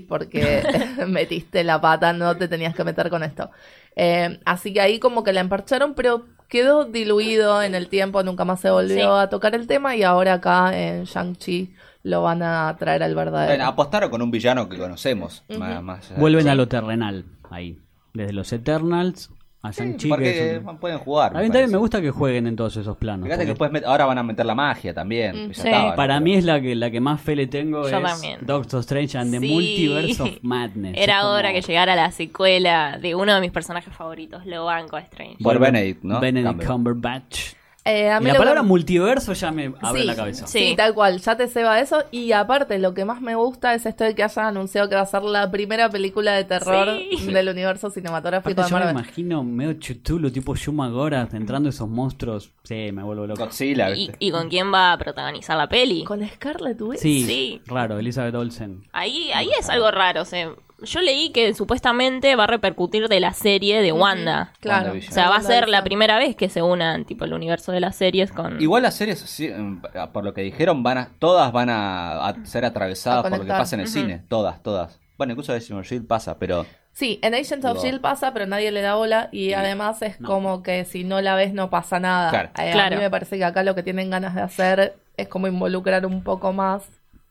[SPEAKER 3] porque metiste la pata, no te tenías que meter con esto. Eh, así que ahí como que la emparcharon, pero quedó diluido en el tiempo, nunca más se volvió
[SPEAKER 2] Sí.
[SPEAKER 3] a tocar el tema y ahora acá en Shang-Chi lo van a traer al
[SPEAKER 4] Bueno,
[SPEAKER 3] verdadero.
[SPEAKER 4] apostaron con un villano que conocemos. más, más-
[SPEAKER 1] Vuelven a lo terrenal ahí. Desde los Eternals a Shang-Chi. que
[SPEAKER 4] Porque
[SPEAKER 1] es un-
[SPEAKER 4] pueden jugar.
[SPEAKER 1] A mí también me gusta que jueguen en todos esos planos.
[SPEAKER 4] Fíjate que
[SPEAKER 1] porque
[SPEAKER 4] después met- ahora van a meter la magia también. que ya
[SPEAKER 2] sí.
[SPEAKER 4] estaba, ¿no?
[SPEAKER 1] Para
[SPEAKER 4] Pero-
[SPEAKER 1] mí es la que, la que más fe le tengo.
[SPEAKER 2] Yo
[SPEAKER 1] es
[SPEAKER 2] también.
[SPEAKER 1] Doctor Strange and the
[SPEAKER 2] Sí.
[SPEAKER 1] Multiverse of Madness.
[SPEAKER 2] Era
[SPEAKER 1] Es como-
[SPEAKER 2] hora que llegara la secuela de uno de mis personajes favoritos, lo banco a Strange.
[SPEAKER 4] Por Benedict, ¿no?
[SPEAKER 1] Benedict
[SPEAKER 4] Cumberbatch.
[SPEAKER 1] Cumberbatch.
[SPEAKER 3] Eh, a
[SPEAKER 1] Y
[SPEAKER 3] mí
[SPEAKER 1] la
[SPEAKER 3] lo que-
[SPEAKER 1] palabra multiverso ya me abre
[SPEAKER 3] Sí,
[SPEAKER 1] la cabeza.
[SPEAKER 2] sí.
[SPEAKER 3] Sí, tal cual, ya te se va eso. Y aparte, lo que más me gusta es esto de que hayan anunciado que va a ser la primera película de terror
[SPEAKER 2] Sí.
[SPEAKER 3] del universo cinematográfico
[SPEAKER 1] Aparte,
[SPEAKER 3] de
[SPEAKER 1] yo me
[SPEAKER 3] Marvel.
[SPEAKER 1] imagino medio chutulo, tipo Shuma Gorath, entrando esos monstruos. Sí, me vuelvo loco.
[SPEAKER 4] Godzilla,
[SPEAKER 2] ¿Y,
[SPEAKER 4] ¿viste?
[SPEAKER 2] y con quién va a protagonizar la peli?
[SPEAKER 3] Con Scarlett Witch.
[SPEAKER 1] Sí,
[SPEAKER 2] Sí.
[SPEAKER 1] raro, Elizabeth Olsen.
[SPEAKER 2] Ahí, ahí es algo raro. o sea, yo leí que supuestamente va a repercutir de la serie de Wanda.
[SPEAKER 3] Claro.
[SPEAKER 4] WandaVision.
[SPEAKER 2] O sea, va a ser la
[SPEAKER 3] WandaVision.
[SPEAKER 2] primera vez que se unan tipo el universo de las series con
[SPEAKER 4] Igual las series, sí, em, por lo que dijeron, van a, todas van a, a ser
[SPEAKER 3] A
[SPEAKER 4] atravesadas por lo que
[SPEAKER 3] conectar.
[SPEAKER 4] pasa en el cine. Todas, todas. Bueno, incluso Agents of Shield pasa, pero
[SPEAKER 3] Sí, en Agents
[SPEAKER 4] Digo-
[SPEAKER 3] of Shield E pasa, pero nadie le da bola y además es como que si no la ves no pasa nada.
[SPEAKER 4] Claro.
[SPEAKER 3] Eh,
[SPEAKER 2] Claro.
[SPEAKER 3] A mí me parece que acá lo que tienen ganas de hacer es como involucrar un poco más.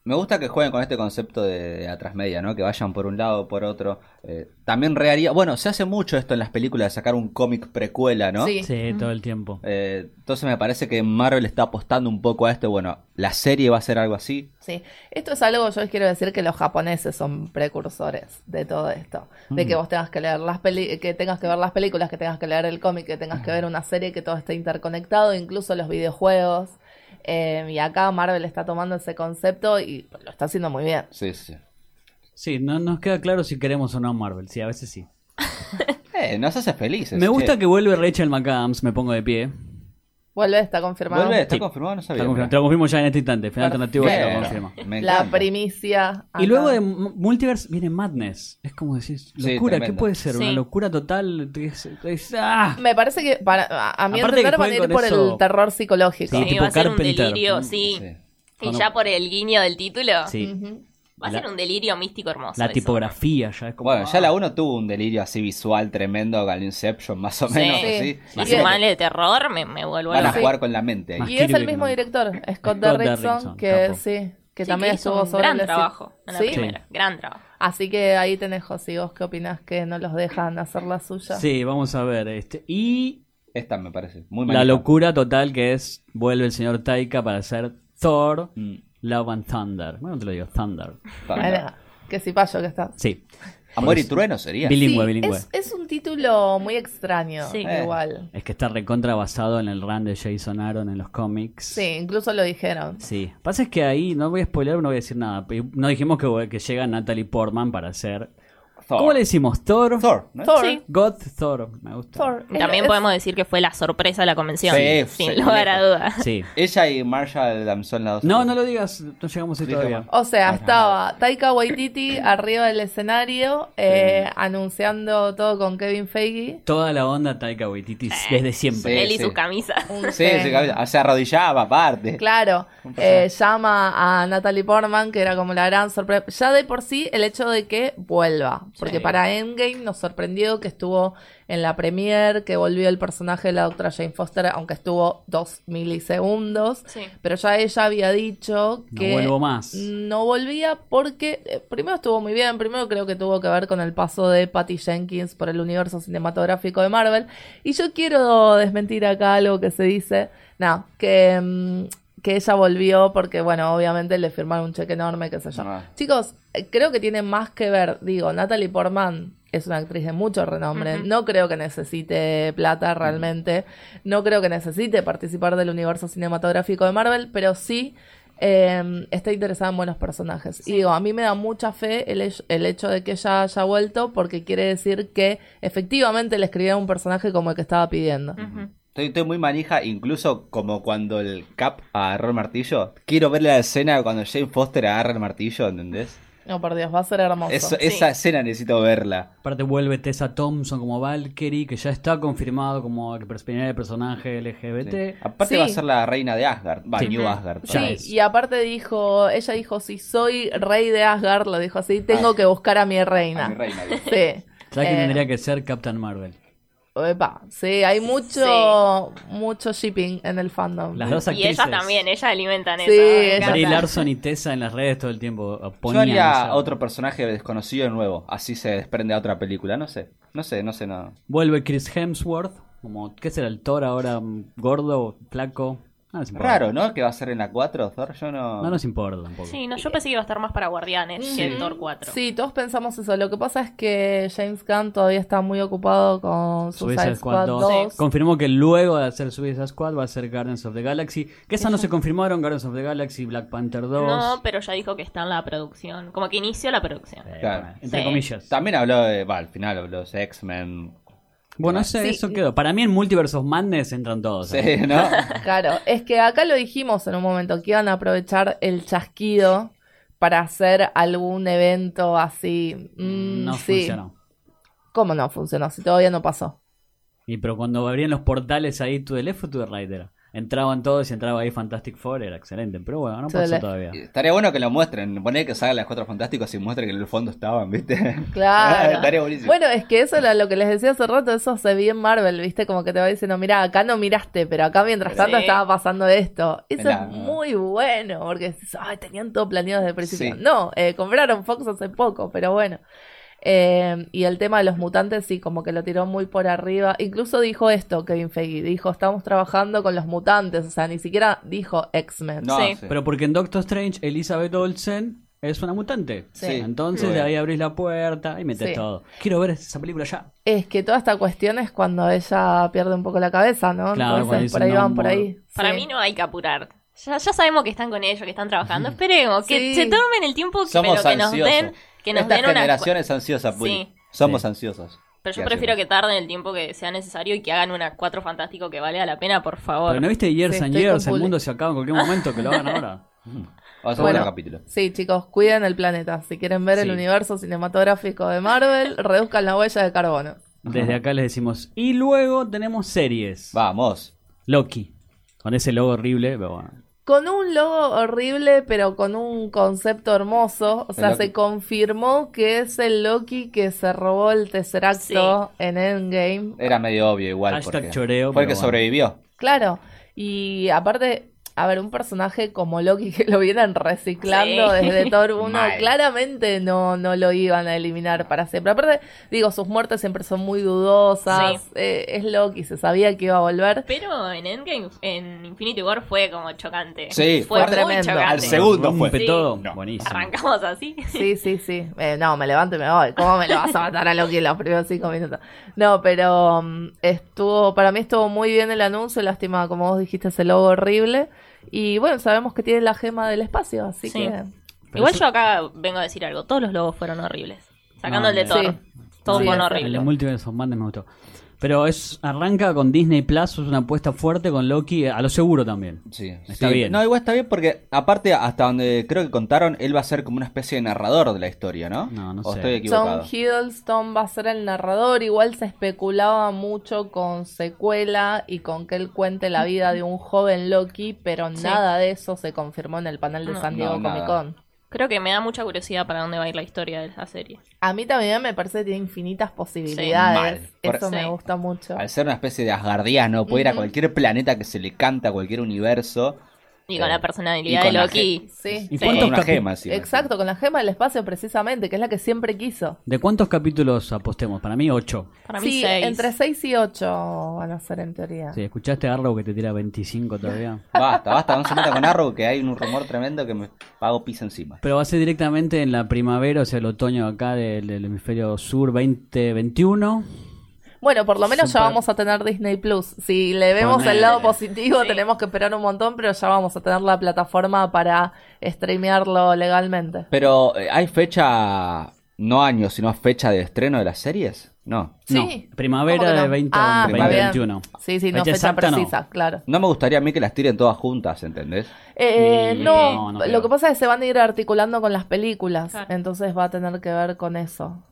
[SPEAKER 4] Me gusta que jueguen con este concepto de atrás media, ¿no? Que vayan por un lado, por otro. Eh, también re haría- Bueno, se hace mucho esto en las películas de sacar un cómic precuela, ¿no?
[SPEAKER 3] Sí.
[SPEAKER 1] Sí, todo el tiempo.
[SPEAKER 4] Eh, entonces me parece que Marvel está apostando un poco a esto. Bueno, la serie va a ser algo así.
[SPEAKER 3] Sí, esto es algo, yo quiero decir que los japoneses son precursores de todo esto, de
[SPEAKER 1] Mm.
[SPEAKER 3] que vos tengas que leer las peli que tengas que ver las películas, que tengas que leer el cómic, que tengas que ver una serie, que todo esté interconectado, incluso los videojuegos. Eh, y acá Marvel está tomando ese concepto y lo está haciendo muy bien.
[SPEAKER 4] Sí, sí.
[SPEAKER 1] Sí, no nos queda claro si queremos o no Marvel. Sí, a veces sí.
[SPEAKER 4] Eh, nos hace felices.
[SPEAKER 1] Me gusta
[SPEAKER 4] che.
[SPEAKER 1] que vuelve Rachel McAdams, me pongo de pie.
[SPEAKER 3] Vuelve, está confirmado.
[SPEAKER 4] Vuelve, está
[SPEAKER 1] Sí.
[SPEAKER 4] confirmado, no sabía.
[SPEAKER 1] Está confirmado, Te lo confirmo ya en este instante. Final alternativo ya lo
[SPEAKER 4] Bien.
[SPEAKER 1] confirma.
[SPEAKER 4] Me
[SPEAKER 3] la
[SPEAKER 4] encanta.
[SPEAKER 3] primicia. acá.
[SPEAKER 1] Y luego de M- Multiverse viene Madness. Es como decir, locura, ¿qué
[SPEAKER 4] tremendo.
[SPEAKER 1] puede ser? Una
[SPEAKER 2] Sí.
[SPEAKER 1] locura total. es- es- ¡ah!
[SPEAKER 3] Me parece que para, a, a mi
[SPEAKER 1] Aparte que
[SPEAKER 3] entender van a
[SPEAKER 1] jueguen
[SPEAKER 3] ir
[SPEAKER 1] con
[SPEAKER 3] por
[SPEAKER 1] eso-
[SPEAKER 3] el terror psicológico.
[SPEAKER 1] Sí,
[SPEAKER 2] Sí,
[SPEAKER 1] tipo
[SPEAKER 2] va a ser un
[SPEAKER 1] Carpenter.
[SPEAKER 2] delirio,
[SPEAKER 1] Mm,
[SPEAKER 2] sí.
[SPEAKER 4] sí.
[SPEAKER 2] Y
[SPEAKER 1] Cuando-
[SPEAKER 2] ya por el guiño del título,
[SPEAKER 1] Sí.
[SPEAKER 2] va a
[SPEAKER 1] La-
[SPEAKER 2] ser un delirio místico hermoso.
[SPEAKER 1] La
[SPEAKER 2] eso.
[SPEAKER 1] tipografía ya es como. ah.
[SPEAKER 4] Bueno, ya la 1 tuvo un delirio así visual tremendo, al Inception más o
[SPEAKER 2] Sí.
[SPEAKER 4] menos.
[SPEAKER 2] Sí.
[SPEAKER 4] así.
[SPEAKER 2] Y
[SPEAKER 4] Así que
[SPEAKER 2] su mal de terror me, me vuelvo
[SPEAKER 4] Van a
[SPEAKER 2] loca.
[SPEAKER 3] Sí.
[SPEAKER 4] jugar con la mente ahí.
[SPEAKER 1] Más
[SPEAKER 3] Y es
[SPEAKER 1] Kirby
[SPEAKER 3] el mismo
[SPEAKER 1] con-
[SPEAKER 3] director, Scott
[SPEAKER 1] Scott
[SPEAKER 3] Derrickson,
[SPEAKER 1] Derrickson,
[SPEAKER 3] que
[SPEAKER 1] capo.
[SPEAKER 3] sí, que
[SPEAKER 2] Sí,
[SPEAKER 3] también
[SPEAKER 2] hizo
[SPEAKER 3] estuvo
[SPEAKER 2] un
[SPEAKER 3] sobre
[SPEAKER 2] gran
[SPEAKER 3] la-
[SPEAKER 2] trabajo en la
[SPEAKER 3] ¿Sí?
[SPEAKER 2] primera. Gran trabajo.
[SPEAKER 3] Así que ahí tenés, José, vos qué opinás que no los dejan hacer la suya. Eh,
[SPEAKER 1] Sí, vamos a ver. Este. Y
[SPEAKER 4] Esta me parece muy
[SPEAKER 1] la
[SPEAKER 4] manija.
[SPEAKER 1] locura total que es. Vuelve el señor Taika para hacer Thor,
[SPEAKER 4] Mm.
[SPEAKER 1] Love and Thunder. Bueno, te lo digo, Thunder.
[SPEAKER 3] Bueno, que si payo que está.
[SPEAKER 1] Sí.
[SPEAKER 4] Amor y trueno sería.
[SPEAKER 1] Bilingüe,
[SPEAKER 3] Sí,
[SPEAKER 1] bilingüe.
[SPEAKER 3] Es, es un título muy extraño,
[SPEAKER 2] Sí. Eh.
[SPEAKER 3] igual.
[SPEAKER 1] Es que está recontra basado en el run de Jason Aaron en los cómics.
[SPEAKER 3] Sí, incluso lo dijeron.
[SPEAKER 1] Sí. Pasa es que ahí, no voy a spoiler, no voy a decir nada. pero No dijimos que, que llega Natalie Portman para hacer.
[SPEAKER 4] Thor.
[SPEAKER 1] ¿Cómo le decimos? Thor.
[SPEAKER 4] Thor, ¿no?
[SPEAKER 3] Thor,
[SPEAKER 2] Sí.
[SPEAKER 1] God Thor. Me gusta.
[SPEAKER 3] Thor. eh,
[SPEAKER 2] También
[SPEAKER 3] Es-
[SPEAKER 2] podemos decir que fue la sorpresa de la convención.
[SPEAKER 4] Sí,
[SPEAKER 2] sin
[SPEAKER 4] sí,
[SPEAKER 2] lugar a
[SPEAKER 4] lejos.
[SPEAKER 2] duda.
[SPEAKER 1] Sí.
[SPEAKER 4] Ella y Marshall Lam son las dos.
[SPEAKER 1] No, no lo digas. No llegamos ahí
[SPEAKER 4] Listo,
[SPEAKER 1] todavía.
[SPEAKER 4] bueno.
[SPEAKER 3] O sea, estaba Taika Waititi arriba del escenario eh, anunciando todo con Kevin Feige.
[SPEAKER 1] Toda la onda Taika Waititi desde siempre.
[SPEAKER 4] Sí,
[SPEAKER 2] Él y
[SPEAKER 4] sí.
[SPEAKER 2] su camisa.
[SPEAKER 3] Un
[SPEAKER 4] Sí,
[SPEAKER 3] genio.
[SPEAKER 4] sí, cabeza. se arrodillaba aparte.
[SPEAKER 3] Claro,
[SPEAKER 4] personaje.
[SPEAKER 3] eh, llama a Natalie Portman, que era como la gran sorpresa. Ya de por sí el hecho de que vuelva, porque
[SPEAKER 4] Sí.
[SPEAKER 3] para Endgame nos sorprendió que estuvo en la premiere, que volvió el personaje de la doctora Jane Foster, aunque estuvo dos milisegundos.
[SPEAKER 2] Sí.
[SPEAKER 3] Pero ya ella había dicho
[SPEAKER 1] No
[SPEAKER 3] que
[SPEAKER 1] vuelvo más.
[SPEAKER 3] no volvía porque eh, primero estuvo muy bien, primero creo que tuvo que ver con el paso de Patty Jenkins por el universo cinematográfico de Marvel. Y yo quiero desmentir acá algo que se dice, no, que, mm, que ella volvió porque, bueno, obviamente le firmaron un cheque enorme, qué sé yo.
[SPEAKER 4] Ah.
[SPEAKER 3] Chicos, eh, creo que tiene más que ver, digo, Natalie Portman es una actriz de mucho renombre.
[SPEAKER 2] Ujú.
[SPEAKER 3] No creo que necesite plata realmente. No creo que necesite participar del universo cinematográfico de Marvel, pero sí eh, está interesada en buenos personajes.
[SPEAKER 2] Sí.
[SPEAKER 3] Y digo, a mí me da mucha fe el, hech- el hecho de que ella haya vuelto, porque quiere decir que efectivamente le escribieron un personaje como el que estaba pidiendo.
[SPEAKER 2] Ujú.
[SPEAKER 4] Estoy, estoy muy manija, incluso como cuando el Cap agarró el martillo. Quiero ver la escena cuando Jane Foster agarra el martillo, ¿entendés?
[SPEAKER 3] No, por Dios, va a ser hermoso.
[SPEAKER 4] Eso- Esa escena necesito verla.
[SPEAKER 1] Aparte vuelve Tessa Thompson como Valkyrie, que ya está confirmado como el personaje LGBT.
[SPEAKER 4] Sí. Aparte
[SPEAKER 3] Sí.
[SPEAKER 4] va a ser la reina de Asgard. Va,
[SPEAKER 1] Sí.
[SPEAKER 4] New
[SPEAKER 2] Ujú.
[SPEAKER 4] Asgard.
[SPEAKER 1] Ya
[SPEAKER 4] perdón.
[SPEAKER 3] Sí,
[SPEAKER 1] es.
[SPEAKER 3] y aparte dijo, ella dijo, si soy rey de Asgard, lo dijo así, tengo
[SPEAKER 4] Ah.
[SPEAKER 3] que buscar a mi
[SPEAKER 4] A
[SPEAKER 3] reina.
[SPEAKER 4] mi reina, bien.
[SPEAKER 3] Sí.
[SPEAKER 1] ¿Sabes quién
[SPEAKER 3] Eh,
[SPEAKER 1] tendría que ser Captain Marvel?
[SPEAKER 3] Epa, sí, hay mucho, mucho shipping en el fandom.
[SPEAKER 1] Las dos
[SPEAKER 2] Y
[SPEAKER 1] actrices.
[SPEAKER 2] ellas también, eh. ellas alimentan
[SPEAKER 3] Sí,
[SPEAKER 2] eso. me
[SPEAKER 3] ellas
[SPEAKER 1] Brie
[SPEAKER 2] encanta.
[SPEAKER 1] Larson y Tessa en las redes todo el tiempo eh,
[SPEAKER 4] Yo
[SPEAKER 1] ponían
[SPEAKER 4] haría
[SPEAKER 1] esa-
[SPEAKER 4] otro personaje desconocido nuevo. Así se desprende a otra película. No sé. No sé, no sé, no.
[SPEAKER 1] Vuelve Chris Hemsworth, como, ¿qué será el Thor ahora? mm, ¿Gordo? ¿Flaco? No nos importa.
[SPEAKER 4] Raro, ¿no? Que va a ser en la 4, Thor. Yo no.
[SPEAKER 1] No nos importa tampoco.
[SPEAKER 2] Sí, no, yo pensé que iba a estar más para Guardianes que el Thor 4.
[SPEAKER 3] Sí, todos pensamos eso. Lo que pasa es que James Gunn todavía está muy ocupado con
[SPEAKER 1] Suicide
[SPEAKER 3] Suicide Squad
[SPEAKER 1] Squad 2.
[SPEAKER 3] 2.
[SPEAKER 1] Confirmó que luego de hacer Suicide Squad va a ser Guardians of the Galaxy. Que esas no se confirmaron, Guardians of the Galaxy, Black Panther 2.
[SPEAKER 2] No, pero ya dijo que está en la producción. Como que inició la producción.
[SPEAKER 1] Eh,
[SPEAKER 4] Claro.
[SPEAKER 1] bueno, entre
[SPEAKER 2] Sí.
[SPEAKER 1] comillas.
[SPEAKER 4] También habló de. Va, al final habló de X-Men.
[SPEAKER 1] Bueno, ese-
[SPEAKER 3] Sí.
[SPEAKER 1] eso quedó. Para mí en Multiverse of Madness entran todos. ¿eh?
[SPEAKER 4] Sí, ¿no?
[SPEAKER 3] Claro, es que acá lo dijimos en un momento, que iban a aprovechar el chasquido para hacer algún evento así. Mm,
[SPEAKER 1] No
[SPEAKER 3] sí.
[SPEAKER 1] funcionó.
[SPEAKER 3] ¿Cómo no funcionó? Si todavía no pasó.
[SPEAKER 1] Y pero cuando abrían los portales ahí, To the Left o To the Right era. Entraban todos y entraba ahí Fantastic Four, era excelente. Pero bueno, no
[SPEAKER 3] To the
[SPEAKER 1] pasó
[SPEAKER 3] left.
[SPEAKER 1] todavía.
[SPEAKER 4] Estaría bueno que lo muestren. Poner que salgan las cuatro fantásticos y muestren que en el fondo estaban, ¿viste?
[SPEAKER 3] Claro.
[SPEAKER 4] Estaría buenísimo.
[SPEAKER 3] Ah, Bueno, es que eso era lo que les decía hace rato, eso se ve en Marvel, ¿viste? Como que te va diciendo, mira, acá no miraste, pero acá mientras tanto
[SPEAKER 2] Sí.
[SPEAKER 3] estaba pasando esto. Eso
[SPEAKER 4] Mirá.
[SPEAKER 3] es muy bueno, porque decís, "Ay, tenían todo planeado desde el principio.
[SPEAKER 4] Sí.
[SPEAKER 3] No, eh, compraron Fox hace poco, pero bueno. Eh, y el tema de los mutantes, sí, como que lo tiró muy por arriba. Incluso dijo esto Kevin Feige, dijo, estamos trabajando con los mutantes, o sea, ni siquiera dijo X-Men.
[SPEAKER 4] no,
[SPEAKER 2] sí.
[SPEAKER 4] sí.
[SPEAKER 1] Pero porque en Doctor Strange, Elizabeth Olsen es una mutante.
[SPEAKER 3] Sí.
[SPEAKER 1] Entonces
[SPEAKER 4] Sí.
[SPEAKER 1] de ahí abrís la puerta y metes
[SPEAKER 3] Sí.
[SPEAKER 1] todo. Quiero ver esa película ya.
[SPEAKER 3] Es que toda esta cuestión es cuando ella pierde un poco la cabeza, ¿no?
[SPEAKER 1] Claro, cuando
[SPEAKER 3] Entonces,
[SPEAKER 1] dice,
[SPEAKER 3] por ahí
[SPEAKER 1] "No
[SPEAKER 3] van, por
[SPEAKER 1] more".
[SPEAKER 3] ahí.
[SPEAKER 2] Para
[SPEAKER 3] Sí.
[SPEAKER 2] mí no hay que apurar. Ya, ya sabemos que están con ellos, que están trabajando. Esperemos que
[SPEAKER 3] Sí.
[SPEAKER 2] se tomen el tiempo,
[SPEAKER 4] Somos
[SPEAKER 2] pero que nos
[SPEAKER 4] ansiosos.
[SPEAKER 2] den, que nos
[SPEAKER 4] Esta
[SPEAKER 2] den una.
[SPEAKER 4] generación es ansiosa, Puli.
[SPEAKER 2] Sí.
[SPEAKER 4] Somos
[SPEAKER 1] Sí.
[SPEAKER 4] ansiosos.
[SPEAKER 2] Pero yo
[SPEAKER 4] ¿Qué
[SPEAKER 2] prefiero
[SPEAKER 4] hacemos?
[SPEAKER 2] que tarden el tiempo que sea necesario y que hagan una 4 fantástico que valga la pena, por favor.
[SPEAKER 1] Pero no viste Years
[SPEAKER 3] Sí,
[SPEAKER 1] and
[SPEAKER 3] estoy
[SPEAKER 1] Years,
[SPEAKER 3] con
[SPEAKER 1] el
[SPEAKER 3] Puli.
[SPEAKER 1] mundo se acaba en cualquier momento, que lo hagan ahora.
[SPEAKER 4] Vamos a hacer
[SPEAKER 3] Bueno.
[SPEAKER 4] otro capítulo.
[SPEAKER 3] Sí, chicos, cuiden el planeta. Si quieren ver
[SPEAKER 1] Sí.
[SPEAKER 3] el universo cinematográfico de Marvel, reduzcan la huella de carbono.
[SPEAKER 1] Desde acá les decimos. Y luego tenemos series.
[SPEAKER 4] Vamos.
[SPEAKER 1] Loki. Con ese logo horrible, pero bueno.
[SPEAKER 3] Con un logo horrible, pero con un concepto hermoso. O sea,
[SPEAKER 4] Loki.
[SPEAKER 3] se confirmó que es el Loki que se robó el Tesseracto en Endgame.
[SPEAKER 4] Era medio obvio igual.
[SPEAKER 1] Hashtag
[SPEAKER 4] porque
[SPEAKER 1] choreo,
[SPEAKER 4] Fue el
[SPEAKER 1] pero
[SPEAKER 4] que
[SPEAKER 1] bueno.
[SPEAKER 4] sobrevivió.
[SPEAKER 3] Claro. Y aparte, a ver, un personaje como Loki que lo vienen reciclando
[SPEAKER 2] Sí.
[SPEAKER 3] desde Thor 1,
[SPEAKER 4] Mal.
[SPEAKER 3] claramente no, no lo iban a eliminar para siempre. Aparte, digo, sus muertes siempre son muy dudosas.
[SPEAKER 2] Sí.
[SPEAKER 3] Eh, es Loki, se sabía que iba a volver.
[SPEAKER 2] Pero en Endgame, en Infinity War fue como chocante.
[SPEAKER 4] Sí,
[SPEAKER 2] fue,
[SPEAKER 4] fue
[SPEAKER 2] muy
[SPEAKER 3] tremendo.
[SPEAKER 2] chocante.
[SPEAKER 4] Al segundo fue.
[SPEAKER 1] Rompe todo.
[SPEAKER 4] No.
[SPEAKER 1] Buenísimo.
[SPEAKER 2] Arrancamos así.
[SPEAKER 3] Sí, sí, sí. Eh, no, me levanto y me voy. ¿Cómo me lo vas a matar a Loki en los primeros cinco minutos? No, pero mm, estuvo, para mí estuvo muy bien el anuncio, lástima, como vos dijiste, ese logo horrible. Y bueno, sabemos que tiene la gema del espacio, así
[SPEAKER 2] Sí.
[SPEAKER 3] que...
[SPEAKER 2] Igual yo acá vengo a decir algo. Todos los logos fueron horribles. Sacando
[SPEAKER 1] No,
[SPEAKER 2] el de
[SPEAKER 1] no.
[SPEAKER 2] Thor. Todos fueron
[SPEAKER 3] Sí, sí.
[SPEAKER 1] El de
[SPEAKER 2] horribles.
[SPEAKER 1] Multiverse of Madness me gustó. Pero es arranca con Disney Plus, es una apuesta fuerte con Loki, a lo seguro también.
[SPEAKER 4] Sí,
[SPEAKER 1] Está
[SPEAKER 4] sí.
[SPEAKER 1] bien.
[SPEAKER 4] No, igual está bien porque, aparte, hasta donde creo que contaron, él va a ser como una especie de narrador de la historia, ¿no?
[SPEAKER 1] No, no
[SPEAKER 4] ¿O
[SPEAKER 1] sé.
[SPEAKER 4] estoy
[SPEAKER 3] Tom
[SPEAKER 4] equivocado.
[SPEAKER 3] Hiddleston va a ser el narrador, igual se especulaba mucho con secuela y con que él cuente la vida de un joven Loki, pero
[SPEAKER 2] Sí.
[SPEAKER 3] nada de eso se confirmó en el panel de
[SPEAKER 2] No.
[SPEAKER 3] San Diego
[SPEAKER 4] No,
[SPEAKER 3] Comic
[SPEAKER 4] nada.
[SPEAKER 3] Con.
[SPEAKER 2] Creo que me da mucha curiosidad para dónde va a ir la historia de esa serie.
[SPEAKER 3] A mí también me parece que tiene infinitas posibilidades.
[SPEAKER 4] mal. Por-
[SPEAKER 3] Eso me
[SPEAKER 2] Sí.
[SPEAKER 3] gusta mucho.
[SPEAKER 4] Al ser una especie de asgardiano, puede ir a cualquier planeta que se le canta, a cualquier universo.
[SPEAKER 2] Y con
[SPEAKER 4] Eh,
[SPEAKER 2] la personalidad
[SPEAKER 4] y con
[SPEAKER 2] de
[SPEAKER 4] la
[SPEAKER 2] Loki.
[SPEAKER 3] Sí.
[SPEAKER 1] ¿Y
[SPEAKER 2] Sí.
[SPEAKER 1] cuántos
[SPEAKER 4] Con una
[SPEAKER 1] capi-
[SPEAKER 4] gema, sí.
[SPEAKER 3] Exacto, con la gema del espacio precisamente, que es la que siempre quiso.
[SPEAKER 1] ¿De cuántos capítulos apostemos? Para mí, 8.
[SPEAKER 2] Para mí
[SPEAKER 3] Sí,
[SPEAKER 2] seis.
[SPEAKER 3] entre 6 y 8 van a ser en teoría.
[SPEAKER 1] Si escuchaste a Arrow que te tira 25 todavía.
[SPEAKER 4] Basta, basta, no se meta con Arrow que hay un rumor tremendo que me pago pis encima.
[SPEAKER 1] Pero va a ser directamente en la primavera, o sea, el otoño acá del, del hemisferio sur 2021.
[SPEAKER 3] Bueno, por lo menos
[SPEAKER 1] Súper.
[SPEAKER 3] ya vamos a tener Disney Plus. Si le vemos
[SPEAKER 1] Ponele.
[SPEAKER 3] el lado positivo,
[SPEAKER 2] Sí.
[SPEAKER 3] tenemos que esperar un montón, pero ya vamos a tener la plataforma para streamearlo legalmente.
[SPEAKER 4] Pero, eh, ¿hay fecha, no año, sino fecha de estreno de las series? No.
[SPEAKER 3] Sí.
[SPEAKER 1] No, primavera
[SPEAKER 3] ¿Cómo que
[SPEAKER 1] de
[SPEAKER 3] no?
[SPEAKER 1] 20,
[SPEAKER 3] Ah, está bien.
[SPEAKER 1] 2021.
[SPEAKER 3] Sí, sí, no
[SPEAKER 1] Fecha
[SPEAKER 3] fecha,
[SPEAKER 1] exacta, no.
[SPEAKER 3] precisa, claro.
[SPEAKER 4] No me gustaría a mí que las tiren todas juntas, ¿entendés?
[SPEAKER 3] Eh,
[SPEAKER 1] Mm, no,
[SPEAKER 3] no,
[SPEAKER 1] no creo.
[SPEAKER 3] lo que pasa es que se van a ir articulando con las películas,
[SPEAKER 2] Claro.
[SPEAKER 3] entonces va a tener que ver con eso.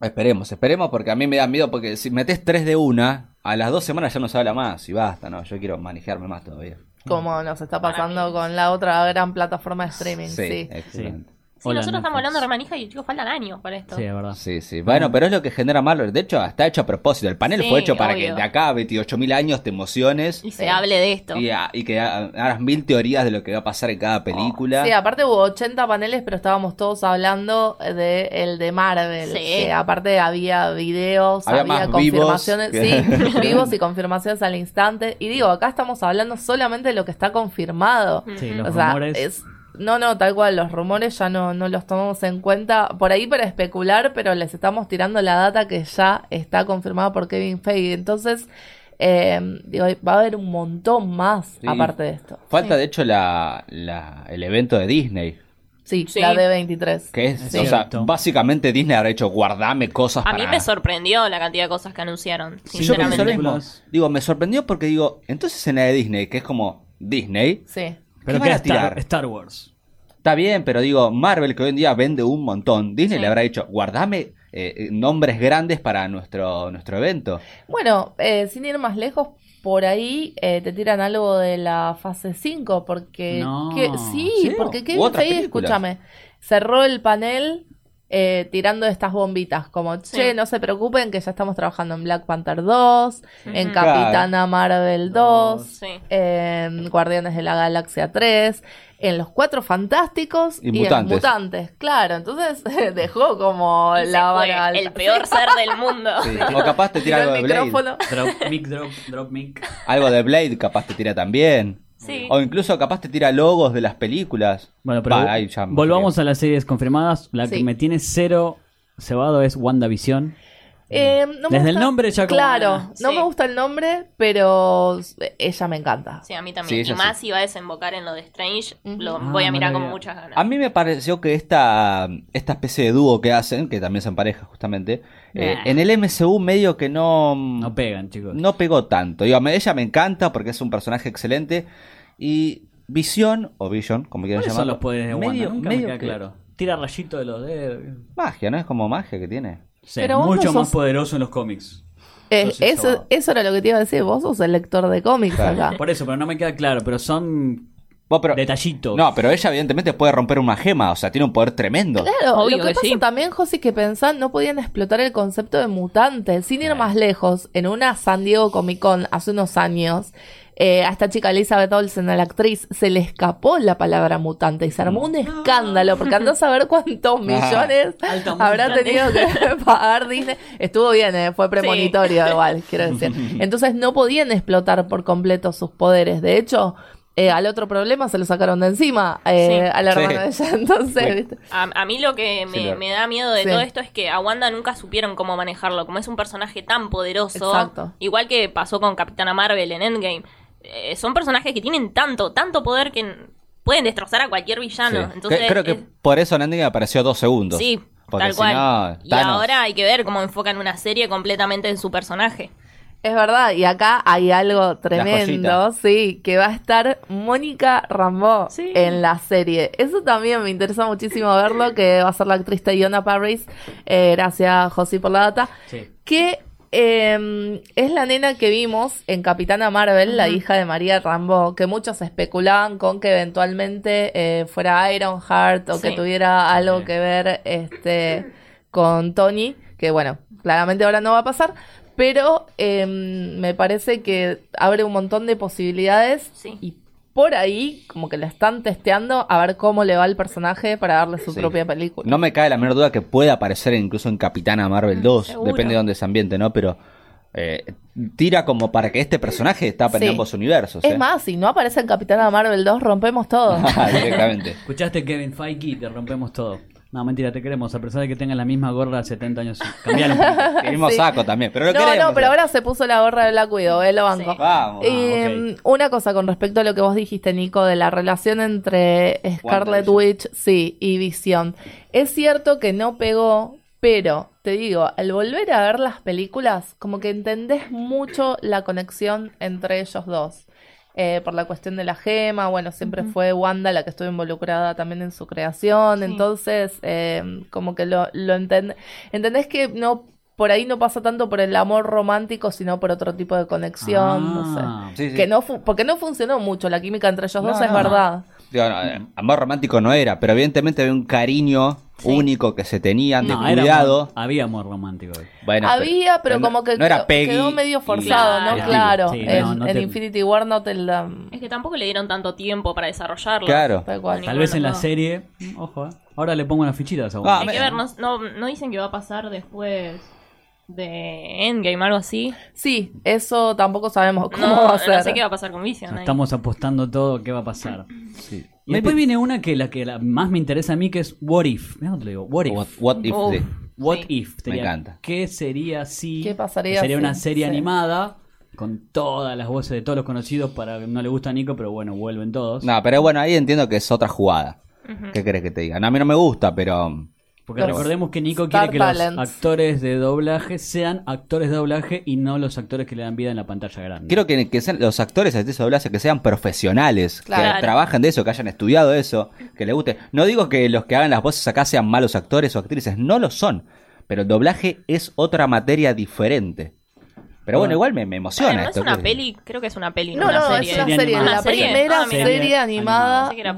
[SPEAKER 4] Esperemos, esperemos, porque a mí me da miedo, porque si metes tres de una, a las dos semanas ya no se habla más y basta, ¿no? Yo quiero manejarme más todavía.
[SPEAKER 1] Mm.
[SPEAKER 3] Como nos está pasando con la otra gran plataforma de streaming, sí.
[SPEAKER 4] excelente.
[SPEAKER 2] Sí,
[SPEAKER 1] Hola,
[SPEAKER 2] nosotros
[SPEAKER 1] Netflix.
[SPEAKER 2] estamos hablando de remanija y chicos, faltan años para esto.
[SPEAKER 1] Sí, es verdad.
[SPEAKER 4] Sí, sí. Bueno, pero es lo que genera Marvel. De hecho, está hecho a propósito. El panel
[SPEAKER 2] Sí,
[SPEAKER 4] fue hecho para
[SPEAKER 2] obvio.
[SPEAKER 4] que de acá a 28.000 años te emociones
[SPEAKER 2] Y se hable de esto.
[SPEAKER 4] y, a- y que ha- hagas mil teorías de lo que va a pasar en cada
[SPEAKER 2] Oh,
[SPEAKER 4] película.
[SPEAKER 3] Sí, aparte hubo 80 paneles, pero estábamos todos hablando de el de Marvel.
[SPEAKER 2] Sí.
[SPEAKER 3] que aparte había videos,
[SPEAKER 4] Había
[SPEAKER 3] había,
[SPEAKER 4] más
[SPEAKER 3] confirmaciones,
[SPEAKER 4] vivos
[SPEAKER 3] sí,
[SPEAKER 4] que-
[SPEAKER 3] vivos y confirmaciones al instante. Y digo, acá estamos hablando solamente de lo que está confirmado.
[SPEAKER 1] Sí,
[SPEAKER 2] Ujú.
[SPEAKER 1] los
[SPEAKER 3] o sea,
[SPEAKER 1] rumores.
[SPEAKER 3] es- no, no, tal cual, los rumores ya no, no los tomamos en cuenta por ahí para especular, pero les estamos tirando la data que ya está confirmada por Kevin Feige. Entonces, eh, digo, va a haber un montón más
[SPEAKER 4] Sí.
[SPEAKER 3] aparte de esto.
[SPEAKER 4] Falta, de hecho, la, la- el evento de Disney.
[SPEAKER 3] Sí,
[SPEAKER 2] Sí.
[SPEAKER 3] la D23.
[SPEAKER 4] Que es,
[SPEAKER 1] Es
[SPEAKER 4] o sea,
[SPEAKER 1] cierto.
[SPEAKER 4] básicamente Disney habrá hecho guardame cosas
[SPEAKER 2] A
[SPEAKER 4] para...
[SPEAKER 2] mí me sorprendió la cantidad de cosas que anunciaron,
[SPEAKER 1] Sí, yo
[SPEAKER 4] Yo
[SPEAKER 1] pensé
[SPEAKER 4] pensé lo
[SPEAKER 2] sinceramente.
[SPEAKER 4] mismo.
[SPEAKER 1] películas.
[SPEAKER 4] Digo, me sorprendió porque digo, entonces en la de Disney, que es como Disney,
[SPEAKER 3] Sí.
[SPEAKER 1] Pero
[SPEAKER 4] ¿Qué
[SPEAKER 1] que
[SPEAKER 4] van a
[SPEAKER 1] Star,
[SPEAKER 4] tirar?
[SPEAKER 1] Star Wars.
[SPEAKER 4] Está bien, pero digo, Marvel que hoy en día vende un montón, Disney
[SPEAKER 2] Sí.
[SPEAKER 4] le habrá dicho, guardame eh, eh, nombres grandes para nuestro, nuestro evento.
[SPEAKER 3] Bueno, eh, sin ir más lejos, por ahí eh, te tiran algo de la fase 5, porque...
[SPEAKER 1] No.
[SPEAKER 3] que- sí,
[SPEAKER 4] ¿Sí?
[SPEAKER 3] porque
[SPEAKER 4] ¿U
[SPEAKER 3] Kevin
[SPEAKER 4] otras
[SPEAKER 3] Feige,
[SPEAKER 4] películas?
[SPEAKER 3] escúchame, cerró el panel eh, tirando estas bombitas, como,
[SPEAKER 2] Sí.
[SPEAKER 3] che, no se preocupen que ya estamos trabajando en Black Panther 2, en
[SPEAKER 2] Ujú.
[SPEAKER 3] Capitana Marvel 2,
[SPEAKER 2] Sí.
[SPEAKER 3] en Guardianes de la Galaxia 3, en Los Cuatro Fantásticos
[SPEAKER 4] Y
[SPEAKER 3] en
[SPEAKER 4] Mutantes.
[SPEAKER 3] Mutantes, claro, entonces dejó como
[SPEAKER 2] Y se
[SPEAKER 3] la
[SPEAKER 2] fue
[SPEAKER 3] vara alta.
[SPEAKER 2] el peor ser del mundo.
[SPEAKER 4] O capaz te tira
[SPEAKER 3] Tiró
[SPEAKER 4] algo de
[SPEAKER 3] el
[SPEAKER 4] Blade.
[SPEAKER 3] micrófono.
[SPEAKER 1] Drop, mic, drop, drop, mic.
[SPEAKER 4] Algo de Blade capaz te tira también.
[SPEAKER 2] Sí.
[SPEAKER 4] O incluso capaz te tira logos de las películas.
[SPEAKER 1] Bueno, pero
[SPEAKER 4] Va, ahí ya me
[SPEAKER 1] volvamos a las series confirmadas. La que
[SPEAKER 3] Sí.
[SPEAKER 1] me tiene cero cebado es WandaVision.
[SPEAKER 3] Eh, no me
[SPEAKER 1] Desde el
[SPEAKER 3] gusta-
[SPEAKER 1] nombre ya como-
[SPEAKER 3] Claro, no
[SPEAKER 2] Sí.
[SPEAKER 3] me gusta el nombre, pero ella me encanta.
[SPEAKER 2] Sí, a mí también.
[SPEAKER 4] Sí,
[SPEAKER 2] y
[SPEAKER 4] ella
[SPEAKER 2] más si va a desembocar en lo de Strange, lo
[SPEAKER 1] Ah,
[SPEAKER 2] voy a mirar
[SPEAKER 1] no
[SPEAKER 2] con
[SPEAKER 1] lo
[SPEAKER 2] muchas
[SPEAKER 4] A
[SPEAKER 2] ganas.
[SPEAKER 4] mí me pareció que esta, esta especie de dúo que hacen, que también son pareja justamente, eh,
[SPEAKER 1] Nah.
[SPEAKER 4] en el MCU medio que no,
[SPEAKER 1] No pegan, chicos.
[SPEAKER 4] no pegó tanto. Digo, me- ella me encanta porque es un personaje excelente. Y Visión, o Vision, como quieran
[SPEAKER 1] ¿Cuáles son
[SPEAKER 4] llamarlo.
[SPEAKER 1] los poderes de Wanda?
[SPEAKER 4] medio-
[SPEAKER 1] Nunca me
[SPEAKER 4] medio
[SPEAKER 1] queda
[SPEAKER 4] que-
[SPEAKER 1] claro. Tira rayito de los dedos.
[SPEAKER 4] Magia, ¿no? Es como magia que tiene.
[SPEAKER 1] Sí,
[SPEAKER 3] Pero vos
[SPEAKER 1] mucho
[SPEAKER 3] no
[SPEAKER 1] más
[SPEAKER 3] sos-
[SPEAKER 1] poderoso en los cómics.
[SPEAKER 3] Eh,
[SPEAKER 1] Sos
[SPEAKER 3] eso,
[SPEAKER 1] Isabel.
[SPEAKER 3] eso era lo que te iba a decir. Vos sos el lector de cómics
[SPEAKER 4] Claro.
[SPEAKER 3] acá.
[SPEAKER 1] Ah, Por eso, pero no me queda claro. Pero son
[SPEAKER 4] Vos, pero-
[SPEAKER 1] detallitos.
[SPEAKER 4] No, pero ella evidentemente puede romper una gema, o sea, tiene un poder tremendo.
[SPEAKER 3] Claro,
[SPEAKER 2] Obvio
[SPEAKER 3] lo
[SPEAKER 2] que
[SPEAKER 3] que pasa
[SPEAKER 2] sí.
[SPEAKER 3] también, José, que pensan no podían explotar el concepto de mutante. Sin ir más lejos, en una San Diego Comic Con hace unos años, eh, a esta chica Elizabeth Olsen, a la actriz, se le escapó la palabra mutante y se armó un escándalo porque andó a saber cuántos millones
[SPEAKER 1] Alta música.
[SPEAKER 3] habrá tenido que pagar Disney. Estuvo bien, eh, fue premonitorio igual, quiero decir. Entonces no podían explotar por completo sus poderes. De hecho... eh, al otro problema se lo sacaron de encima eh,
[SPEAKER 2] Sí.
[SPEAKER 3] al
[SPEAKER 4] Sí.
[SPEAKER 3] hermano de ella. Entonces,
[SPEAKER 4] Sí.
[SPEAKER 3] ¿viste?
[SPEAKER 2] A, a mí lo que me,
[SPEAKER 4] Sí, claro.
[SPEAKER 2] me da miedo de
[SPEAKER 3] Sí.
[SPEAKER 2] todo esto es que a Wanda nunca supieron cómo manejarlo. Como es un personaje tan poderoso,
[SPEAKER 3] Exacto.
[SPEAKER 2] igual que pasó con Capitana Marvel en Endgame. eh, son personajes que tienen tanto, tanto poder que n- pueden destrozar a cualquier
[SPEAKER 4] Sí.
[SPEAKER 2] villano.
[SPEAKER 4] Que-
[SPEAKER 2] Entonces,
[SPEAKER 4] creo que
[SPEAKER 2] es-
[SPEAKER 4] por eso Nandini apareció dos segundos.
[SPEAKER 2] sí,
[SPEAKER 4] Porque
[SPEAKER 2] tal
[SPEAKER 4] si
[SPEAKER 2] cual.
[SPEAKER 4] no,
[SPEAKER 2] y
[SPEAKER 4] Thanos-
[SPEAKER 2] ahora hay que ver cómo enfocan una serie completamente en su personaje.
[SPEAKER 3] Es verdad, y acá hay algo tremendo,
[SPEAKER 4] joyita.
[SPEAKER 3] sí, que va a estar Mónica Rambeau
[SPEAKER 2] Sí.
[SPEAKER 3] en la serie. Eso también me interesa muchísimo verlo, que va a ser la actriz Tayona Paris. Eh, gracias, José, por la data.
[SPEAKER 1] Sí.
[SPEAKER 3] Que eh, es la nena que vimos en Capitana Marvel, la hija de María Rambo, que muchos especulaban con que eventualmente eh, fuera Ironheart o que
[SPEAKER 2] Sí.
[SPEAKER 3] tuviera algo
[SPEAKER 1] Sí.
[SPEAKER 3] que ver este, con Tony, que bueno, claramente ahora no va a pasar, em, pero eh, me parece que abre un montón de posibilidades
[SPEAKER 2] Sí.
[SPEAKER 3] y por ahí, como que la están testeando a ver cómo le va al personaje para darle su
[SPEAKER 4] Sí.
[SPEAKER 3] propia película.
[SPEAKER 4] No me cae la menor duda que pueda aparecer incluso en Capitana Marvel 2,
[SPEAKER 2] Mm, seguro.
[SPEAKER 4] depende de dónde se ambiente, ¿no? Pero eh, tira como para que este personaje tape
[SPEAKER 3] Sí.
[SPEAKER 4] en ambos universos.
[SPEAKER 3] es
[SPEAKER 4] ¿eh?
[SPEAKER 3] más, si no aparece en Capitana Marvel 2, rompemos todo.
[SPEAKER 4] Directamente.
[SPEAKER 1] Escuchaste Kevin Feige, te rompemos todo. No, mentira, te queremos, a pesar de que tengas la misma gorra hace 70 años. Cambiale un poco.
[SPEAKER 4] El mismo
[SPEAKER 3] Sí.
[SPEAKER 4] saco también, pero lo
[SPEAKER 3] No,
[SPEAKER 4] queremos,
[SPEAKER 3] no, pero ahora se puso la gorra de Black Widow, eh, lo banco.
[SPEAKER 2] Sí.
[SPEAKER 4] Vamos.
[SPEAKER 3] Eh, Una cosa con respecto a lo que vos dijiste, Nico, de la relación entre Scarlet
[SPEAKER 4] WandaVision.
[SPEAKER 3] Witch, sí, y Visión. Es cierto que no pegó, pero te digo, al volver a ver las películas, como que entendés mucho la conexión entre ellos dos. Eh, por la cuestión de la gema, bueno, siempre fue Wanda la que estuvo involucrada también en su creación,
[SPEAKER 2] Sí.
[SPEAKER 3] entonces eh, como que lo, lo enten- entendés que no por ahí no pasa tanto por el amor romántico, sino por otro tipo de conexión, no sé.
[SPEAKER 1] Ah.
[SPEAKER 4] Sí, sí.
[SPEAKER 3] Que no fu- porque no funcionó mucho la química entre ellos
[SPEAKER 4] No,
[SPEAKER 3] dos, es
[SPEAKER 4] no.
[SPEAKER 3] verdad.
[SPEAKER 4] Digo, no, eh, amor romántico no era, pero evidentemente había un cariño
[SPEAKER 2] Sí.
[SPEAKER 4] único que se tenían, de
[SPEAKER 1] No, era
[SPEAKER 4] cuidado.
[SPEAKER 1] amor- había amor romántico. ahí.
[SPEAKER 4] Bueno,
[SPEAKER 3] Había, pero, como que
[SPEAKER 4] no era
[SPEAKER 3] quedó-
[SPEAKER 4] Peggy
[SPEAKER 3] quedó medio
[SPEAKER 4] y-
[SPEAKER 3] forzado, ¿no?
[SPEAKER 2] Claro.
[SPEAKER 3] Claro.
[SPEAKER 1] Sí,
[SPEAKER 3] en
[SPEAKER 1] no, no
[SPEAKER 3] en
[SPEAKER 1] te-
[SPEAKER 3] Infinity War no te la...
[SPEAKER 2] Es que tampoco le dieron tanto tiempo para desarrollarlo.
[SPEAKER 4] Claro.
[SPEAKER 3] Tal cual.
[SPEAKER 1] Tal vez en la
[SPEAKER 2] No.
[SPEAKER 1] serie. mm, Ojo, eh. ahora le pongo unas fichitas a
[SPEAKER 4] Ah,
[SPEAKER 1] uno.
[SPEAKER 2] Hay que ver, no, no, no dicen que va a pasar después de Endgame, algo así.
[SPEAKER 3] Sí, eso tampoco sabemos cómo
[SPEAKER 2] No,
[SPEAKER 3] va a
[SPEAKER 2] no
[SPEAKER 3] ser.
[SPEAKER 2] sé qué va a pasar con Vision. ahí.
[SPEAKER 1] Estamos apostando todo qué va a pasar.
[SPEAKER 4] sí.
[SPEAKER 1] Y después viene una que la que la más me interesa a mí que es What If. Mirá cómo te lo digo, What If.
[SPEAKER 4] What, what if
[SPEAKER 2] Uf.
[SPEAKER 4] the-
[SPEAKER 1] What
[SPEAKER 2] Sí.
[SPEAKER 1] If.
[SPEAKER 4] Me encanta.
[SPEAKER 1] ¿Qué sería si...
[SPEAKER 3] ¿Qué pasaría
[SPEAKER 1] Sería
[SPEAKER 3] si-
[SPEAKER 1] una serie
[SPEAKER 3] sí.
[SPEAKER 1] animada con todas las voces de todos los conocidos para que no le gusta a Nico, pero bueno, vuelven todos.
[SPEAKER 4] No, pero bueno, ahí entiendo que es otra jugada. ¿Qué crees que te diga? No, a mí no me gusta, pero.
[SPEAKER 1] Porque
[SPEAKER 3] Los
[SPEAKER 1] recordemos que Nico
[SPEAKER 3] Star
[SPEAKER 1] quiere que los
[SPEAKER 3] Talents.
[SPEAKER 1] actores de doblaje sean actores de doblaje y no los actores que le dan vida en la pantalla grande.
[SPEAKER 4] Quiero que, que sean los actores de ese doblaje que sean profesionales,
[SPEAKER 3] Claro.
[SPEAKER 4] que trabajen de eso, que hayan estudiado eso, que les guste. No digo que los que hagan las voces acá sean malos actores o actrices, no lo son. Pero el doblaje es otra materia diferente. Pero bueno,
[SPEAKER 1] Ah.
[SPEAKER 4] igual me,
[SPEAKER 2] Bueno,
[SPEAKER 4] me emociona
[SPEAKER 2] no es
[SPEAKER 4] esto.
[SPEAKER 2] una
[SPEAKER 4] que-
[SPEAKER 2] peli, creo que es una peli,
[SPEAKER 3] No,
[SPEAKER 2] una
[SPEAKER 3] no,
[SPEAKER 2] serie.
[SPEAKER 3] es una
[SPEAKER 1] Serie
[SPEAKER 3] serie.
[SPEAKER 1] animada.
[SPEAKER 3] La
[SPEAKER 2] Ah, serie.
[SPEAKER 3] primera
[SPEAKER 2] Ah,
[SPEAKER 3] serie,
[SPEAKER 2] mira.
[SPEAKER 3] animada
[SPEAKER 2] Pensé que era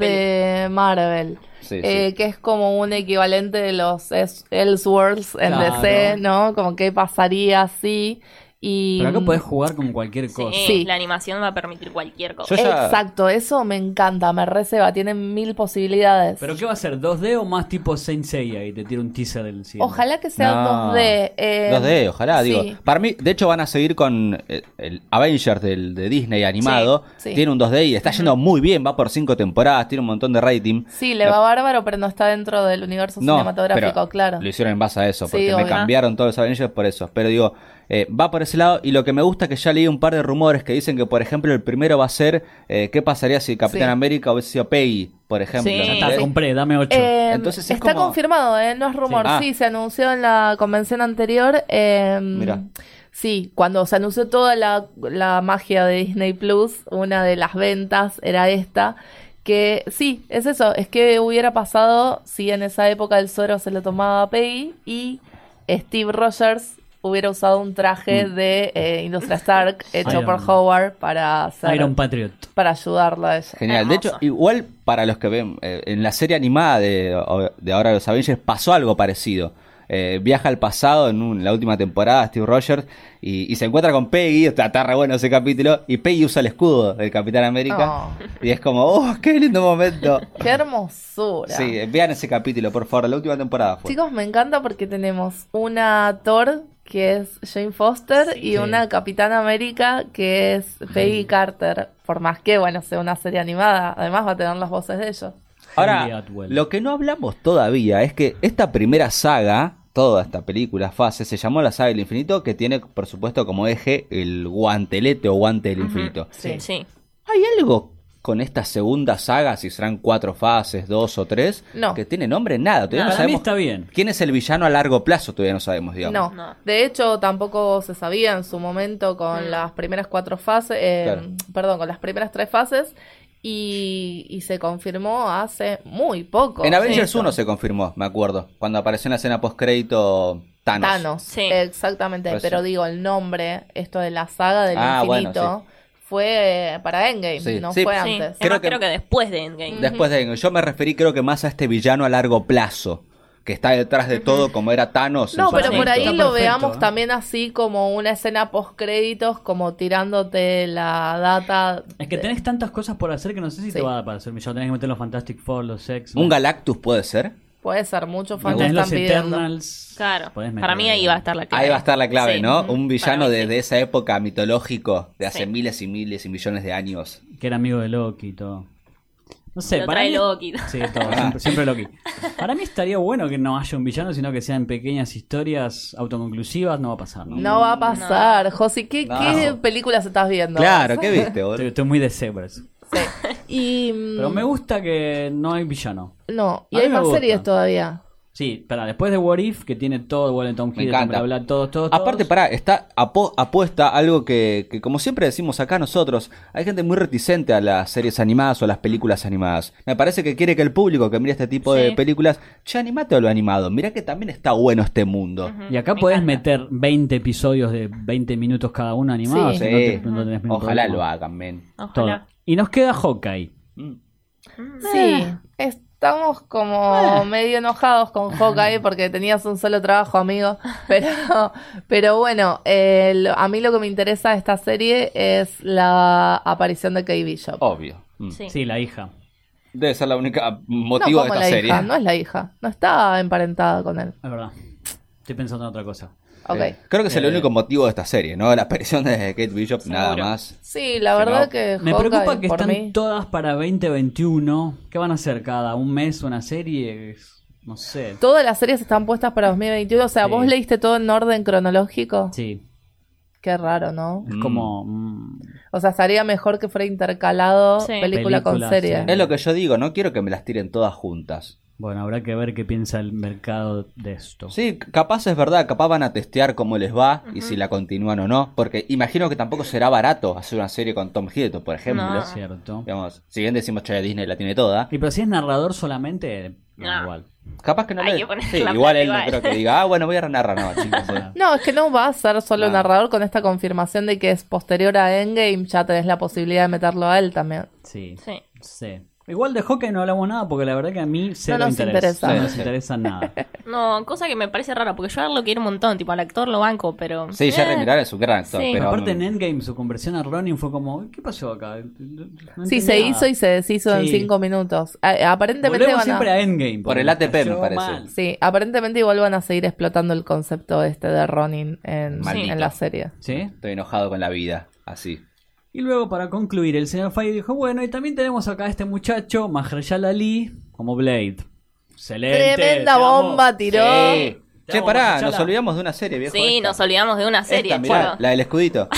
[SPEAKER 3] de Marvel.
[SPEAKER 4] Sí,
[SPEAKER 3] eh, Que es como un equivalente de los es- Elseworlds en
[SPEAKER 1] Claro.
[SPEAKER 3] DC, ¿no? Como que pasaría así. Y...
[SPEAKER 1] Pero acá podés jugar con cualquier
[SPEAKER 2] Sí,
[SPEAKER 1] cosa.
[SPEAKER 3] Mm. Sí.
[SPEAKER 2] la animación va a permitir cualquier cosa.
[SPEAKER 4] Yo ya-
[SPEAKER 3] Exacto, eso me encanta, me receba, tienen mil posibilidades.
[SPEAKER 1] ¿Pero qué va a ser? ¿2D o más tipo Saint Seiya? Y te tira un teaser del cine.
[SPEAKER 3] Ojalá que sea
[SPEAKER 4] No.
[SPEAKER 3] 2D. eh,
[SPEAKER 4] 2D, ojalá,
[SPEAKER 3] sí.
[SPEAKER 4] digo. Para mí, de hecho, van a seguir con eh, el Avengers del, de Disney animado.
[SPEAKER 3] Sí, sí.
[SPEAKER 4] Tiene un 2D y está yendo muy bien, va por cinco temporadas, tiene un montón de rating.
[SPEAKER 3] Sí, le va bárbaro, pero no está dentro del universo cinematográfico,
[SPEAKER 4] pero
[SPEAKER 3] claro.
[SPEAKER 4] Lo hicieron en base a eso,
[SPEAKER 3] Sí,
[SPEAKER 4] porque me
[SPEAKER 3] obvio.
[SPEAKER 4] cambiaron todos los Avengers por eso. Pero digo, eh, va por ese lado. Y lo que me gusta es que ya leí un par de rumores que dicen que, por ejemplo, el primero va a ser eh, qué pasaría si Capitán
[SPEAKER 3] Sí.
[SPEAKER 4] América hubiese sido Peggy, por ejemplo.
[SPEAKER 2] Sí.
[SPEAKER 1] Ya
[SPEAKER 2] Eh,
[SPEAKER 1] está, compré, dame 8.
[SPEAKER 3] Eh,
[SPEAKER 4] Entonces es
[SPEAKER 3] está
[SPEAKER 4] como-
[SPEAKER 3] confirmado, ¿eh? no es rumor.
[SPEAKER 4] Sí.
[SPEAKER 3] Sí.
[SPEAKER 4] Ah.
[SPEAKER 3] se anunció en la convención anterior. eh,
[SPEAKER 4] Mirá.
[SPEAKER 3] Sí, cuando se anunció toda la, la magia de Disney Plus, una de las ventas era esta. Que sí, es eso, es que hubiera pasado si en esa época el suero se lo tomaba Peggy y Steve Rogers hubiera usado un traje
[SPEAKER 4] Mm.
[SPEAKER 3] de eh, Industria Stark hecho
[SPEAKER 1] Iron
[SPEAKER 3] por
[SPEAKER 1] Man.
[SPEAKER 3] Howard para, hacer-
[SPEAKER 1] Iron Patriot.
[SPEAKER 3] para ayudarla a ella.
[SPEAKER 4] Genial. De hecho,
[SPEAKER 2] Hermoso.
[SPEAKER 4] igual para los que ven, eh, en la serie animada de, o- de ahora los Avengers pasó algo parecido. Eh, viaja al pasado en un- la última temporada Steve Rogers y, y se encuentra con Peggy, está, está re bueno ese capítulo, y Peggy usa el escudo del Capitán América.
[SPEAKER 3] Oh,
[SPEAKER 4] Y es como, oh, qué lindo momento.
[SPEAKER 3] ¡Qué hermosura!
[SPEAKER 4] Sí, eh, vean ese capítulo, por favor, la última temporada fue.
[SPEAKER 3] Chicos, me encanta porque tenemos una Thor que es Jane Foster y
[SPEAKER 1] Sí.
[SPEAKER 3] una Capitana América que es Peggy Carter. Por más que, bueno, sea una serie animada, además va a tener las voces de ellos.
[SPEAKER 1] Henry
[SPEAKER 4] Ahora,
[SPEAKER 1] Atwell.
[SPEAKER 4] lo que no hablamos todavía es que esta primera saga, toda esta película, fase, se llamó la saga del infinito, que tiene, por supuesto, como eje el guantelete o guante del infinito.
[SPEAKER 2] Sí. Sí.
[SPEAKER 4] ¿Hay algo con esta segunda saga, si serán cuatro fases, dos o tres,
[SPEAKER 3] No.
[SPEAKER 4] que tiene nombre? Nada, todavía no,
[SPEAKER 1] Para mí
[SPEAKER 4] sabemos
[SPEAKER 1] está bien.
[SPEAKER 4] quién es el villano a largo plazo, todavía no sabemos,
[SPEAKER 3] No.
[SPEAKER 4] digamos.
[SPEAKER 2] No.
[SPEAKER 3] de hecho tampoco se sabía en su momento con las primeras cuatro fases, eh,
[SPEAKER 4] Claro.
[SPEAKER 3] perdón, con las primeras tres fases y, y se confirmó hace muy poco.
[SPEAKER 4] En Avengers
[SPEAKER 3] Esto.
[SPEAKER 4] 1 se confirmó, me acuerdo, cuando apareció en la escena post-crédito Thanos.
[SPEAKER 3] Thanos,
[SPEAKER 2] Sí.
[SPEAKER 3] exactamente.
[SPEAKER 4] Por eso.
[SPEAKER 3] Pero digo, el nombre, esto de la saga del
[SPEAKER 4] Ah, bueno,
[SPEAKER 3] infinito, fue eh, para Endgame,
[SPEAKER 4] Sí,
[SPEAKER 3] no
[SPEAKER 4] sí.
[SPEAKER 3] fue
[SPEAKER 4] Sí.
[SPEAKER 3] antes.
[SPEAKER 2] Es
[SPEAKER 4] Creo
[SPEAKER 2] más,
[SPEAKER 4] que-
[SPEAKER 2] creo que después de Endgame.
[SPEAKER 4] Después de yo me referí creo que más a este villano a largo plazo, que está detrás de todo, como era Thanos. en
[SPEAKER 3] No,
[SPEAKER 4] su
[SPEAKER 3] pero por
[SPEAKER 4] momento.
[SPEAKER 3] ahí
[SPEAKER 5] Está
[SPEAKER 3] lo
[SPEAKER 5] perfecto,
[SPEAKER 3] veamos
[SPEAKER 5] ¿eh?
[SPEAKER 3] también así como una escena post créditos, como tirándote la data.
[SPEAKER 1] Es que
[SPEAKER 3] de-
[SPEAKER 1] tenés tantas cosas por hacer que no sé si te
[SPEAKER 3] Sí.
[SPEAKER 1] va a dar para hacer millón. Tenés que meter los Fantastic Four, los X.
[SPEAKER 4] ¿Un Galactus puede ser?
[SPEAKER 3] Puede ser, muchos fans lo
[SPEAKER 1] Tenés
[SPEAKER 3] están
[SPEAKER 1] los
[SPEAKER 3] pidiendo.
[SPEAKER 1] Eternals.
[SPEAKER 2] Claro.
[SPEAKER 1] Podés meter-
[SPEAKER 2] Para mí ahí va a estar la clave.
[SPEAKER 4] Ahí va a estar la clave,
[SPEAKER 2] Sí.
[SPEAKER 4] ¿no?
[SPEAKER 2] Ujú.
[SPEAKER 4] Un villano
[SPEAKER 2] Para mí
[SPEAKER 4] de,
[SPEAKER 2] sí.
[SPEAKER 4] de esa época mitológico, de hace
[SPEAKER 2] Sí.
[SPEAKER 4] miles y miles y millones de años.
[SPEAKER 1] Que era amigo de Loki y todo. No sé,
[SPEAKER 2] Lo
[SPEAKER 1] para
[SPEAKER 2] trae
[SPEAKER 1] mí-
[SPEAKER 2] Loki.
[SPEAKER 1] Sí, todo, siempre, siempre Loki. Para mí estaría bueno que no haya un villano, sino que sean pequeñas historias autoconclusivas. No va a pasar, ¿no?
[SPEAKER 3] No va a pasar. Josi, ¿qué,
[SPEAKER 4] No.
[SPEAKER 3] qué películas estás viendo?
[SPEAKER 4] Claro, ¿qué viste,
[SPEAKER 1] Estoy,
[SPEAKER 4] boludo?
[SPEAKER 1] estoy muy de Zebras.
[SPEAKER 3] Sí. Y. mm,
[SPEAKER 1] Pero me gusta que no hay villano.
[SPEAKER 3] No, y
[SPEAKER 1] A
[SPEAKER 3] hay
[SPEAKER 1] mí me
[SPEAKER 3] más
[SPEAKER 1] gusta.
[SPEAKER 3] series todavía.
[SPEAKER 1] Sí, para después de What If, que tiene todo, bueno, Tom
[SPEAKER 4] Me
[SPEAKER 1] Hiddleston,
[SPEAKER 4] encanta.
[SPEAKER 1] bla, bla, todos, todos, todos.
[SPEAKER 4] Aparte, pará, está apo- apuesta algo que, que, como siempre decimos acá nosotros, hay gente muy reticente a las series animadas o a las películas animadas. Me parece que quiere que el público que mira este tipo de
[SPEAKER 2] Sí.
[SPEAKER 4] películas, che, animate a lo animado. Mirá que también está bueno este mundo.
[SPEAKER 1] Y acá
[SPEAKER 2] Me
[SPEAKER 1] podés
[SPEAKER 2] encanta.
[SPEAKER 1] meter 20 episodios de 20 minutos cada uno animados.
[SPEAKER 3] Sí.
[SPEAKER 1] y no te-
[SPEAKER 4] Sí.
[SPEAKER 1] no tenés ningún
[SPEAKER 4] Ojalá
[SPEAKER 1] problema.
[SPEAKER 4] lo hagan, men.
[SPEAKER 1] Todo.
[SPEAKER 2] Ojalá.
[SPEAKER 1] Y nos queda Hawkeye.
[SPEAKER 3] Sí, Eh, estamos
[SPEAKER 1] Eh.
[SPEAKER 3] como medio enojados con Hawkeye porque tenías un solo trabajo, amigo. Pero, pero bueno, eh, lo- a mí lo que me interesa de esta serie es la aparición de Kate Bishop.
[SPEAKER 4] Obvio. Mm.
[SPEAKER 2] Sí.
[SPEAKER 1] Sí, la hija.
[SPEAKER 4] Debe ser la única ah,
[SPEAKER 3] no,
[SPEAKER 4] motivo de
[SPEAKER 3] como la
[SPEAKER 4] esta serie. Eh,
[SPEAKER 3] hija, no es la hija, no está emparentada con él.
[SPEAKER 1] Es verdad. Estoy pensando en otra cosa.
[SPEAKER 3] Ok.
[SPEAKER 4] Eh, creo que es el único motivo de esta serie, ¿no? La aparición de Kate Bishop, nada
[SPEAKER 2] Seguro.
[SPEAKER 4] más.
[SPEAKER 3] Sí, la
[SPEAKER 4] Si
[SPEAKER 3] verdad
[SPEAKER 4] no,
[SPEAKER 3] que
[SPEAKER 1] Me
[SPEAKER 3] Hawkeye,
[SPEAKER 1] preocupa que
[SPEAKER 3] por
[SPEAKER 1] están
[SPEAKER 3] mí.
[SPEAKER 1] todas para 2021. ¿Qué van a hacer cada un mes una serie? No sé.
[SPEAKER 3] Todas las series están puestas para 2021. O sea,
[SPEAKER 1] Sí.
[SPEAKER 3] ¿vos leíste todo en orden cronológico?
[SPEAKER 1] Sí,
[SPEAKER 3] Qué raro, ¿no?
[SPEAKER 1] es
[SPEAKER 4] Mm.
[SPEAKER 1] como mm,
[SPEAKER 3] O sea, estaría mejor que fuera intercalado
[SPEAKER 2] Sí.
[SPEAKER 3] película, con
[SPEAKER 1] Película,
[SPEAKER 3] serie.
[SPEAKER 1] sí.
[SPEAKER 4] Es lo que yo digo, no quiero que me las tiren todas juntas.
[SPEAKER 1] bueno, habrá que ver qué piensa el mercado de esto.
[SPEAKER 4] Sí, capaz es verdad, capaz van a testear cómo les va y si la continúan o no. Porque imagino que tampoco será barato hacer una serie con Tom Hiddleston, por ejemplo.
[SPEAKER 2] No.
[SPEAKER 1] Es cierto.
[SPEAKER 4] Digamos, si bien decimos, che, Disney la tiene toda,
[SPEAKER 1] Y pero si es narrador solamente, no,
[SPEAKER 4] Ah.
[SPEAKER 2] No.
[SPEAKER 1] igual.
[SPEAKER 4] capaz que no
[SPEAKER 2] Hay
[SPEAKER 4] le-
[SPEAKER 2] que poner
[SPEAKER 4] Sí,
[SPEAKER 2] la
[SPEAKER 4] igual
[SPEAKER 2] plata
[SPEAKER 4] él no
[SPEAKER 2] igual.
[SPEAKER 4] creo que diga, ah, bueno, voy a narrar, no, chicos. eh.
[SPEAKER 3] No, es que no va a ser solo
[SPEAKER 4] Claro.
[SPEAKER 3] narrador con esta confirmación de que es posterior a Endgame, ya tenés la posibilidad de meterlo a él también.
[SPEAKER 1] Sí.
[SPEAKER 2] Sí.
[SPEAKER 1] sí. Igual de hockey no hablamos nada porque la verdad que a mí cero
[SPEAKER 3] No nos
[SPEAKER 1] interés.
[SPEAKER 3] interesa.
[SPEAKER 1] No
[SPEAKER 4] Sí,
[SPEAKER 1] nos
[SPEAKER 4] sí.
[SPEAKER 1] interesa nada.
[SPEAKER 2] No, cosa que me parece rara, porque yo a él lo quiero un montón, tipo al actor lo banco, pero.
[SPEAKER 4] Sí, Jerry
[SPEAKER 2] Eh,
[SPEAKER 4] Mirar es un gran actor,
[SPEAKER 2] Sí.
[SPEAKER 4] pero...
[SPEAKER 1] Aparte en Endgame su conversión a Ronin fue como, ¿qué pasó acá? No
[SPEAKER 3] sí,
[SPEAKER 1] entendí
[SPEAKER 3] se
[SPEAKER 1] nada.
[SPEAKER 3] hizo y se deshizo en
[SPEAKER 1] Sí.
[SPEAKER 3] cinco minutos. Eh, aparentemente
[SPEAKER 1] Volvemos
[SPEAKER 3] van a-
[SPEAKER 1] siempre a Endgame.
[SPEAKER 4] Por el
[SPEAKER 1] porque
[SPEAKER 4] ATP, me
[SPEAKER 1] cayó
[SPEAKER 4] parece.
[SPEAKER 1] mal.
[SPEAKER 3] Sí, aparentemente igual van a seguir explotando el concepto este de Ronin en,
[SPEAKER 4] Maldito.
[SPEAKER 3] en la serie.
[SPEAKER 1] Sí.
[SPEAKER 4] Estoy enojado con la vida, así.
[SPEAKER 1] Y luego, para concluir, el señor Feige dijo: Bueno, y también tenemos acá a este muchacho, Mahershala Ali, como Blade. Excelente.
[SPEAKER 3] Tremenda
[SPEAKER 1] te amo.
[SPEAKER 3] bomba tiró.
[SPEAKER 4] Sí.
[SPEAKER 1] Te
[SPEAKER 4] Che,
[SPEAKER 1] amo,
[SPEAKER 4] pará,
[SPEAKER 1] Machala.
[SPEAKER 4] nos olvidamos de una serie, viejo.
[SPEAKER 2] Sí,
[SPEAKER 4] esta.
[SPEAKER 2] nos olvidamos de una serie,
[SPEAKER 4] Esta, mirá,
[SPEAKER 2] chavo.
[SPEAKER 4] la del escudito.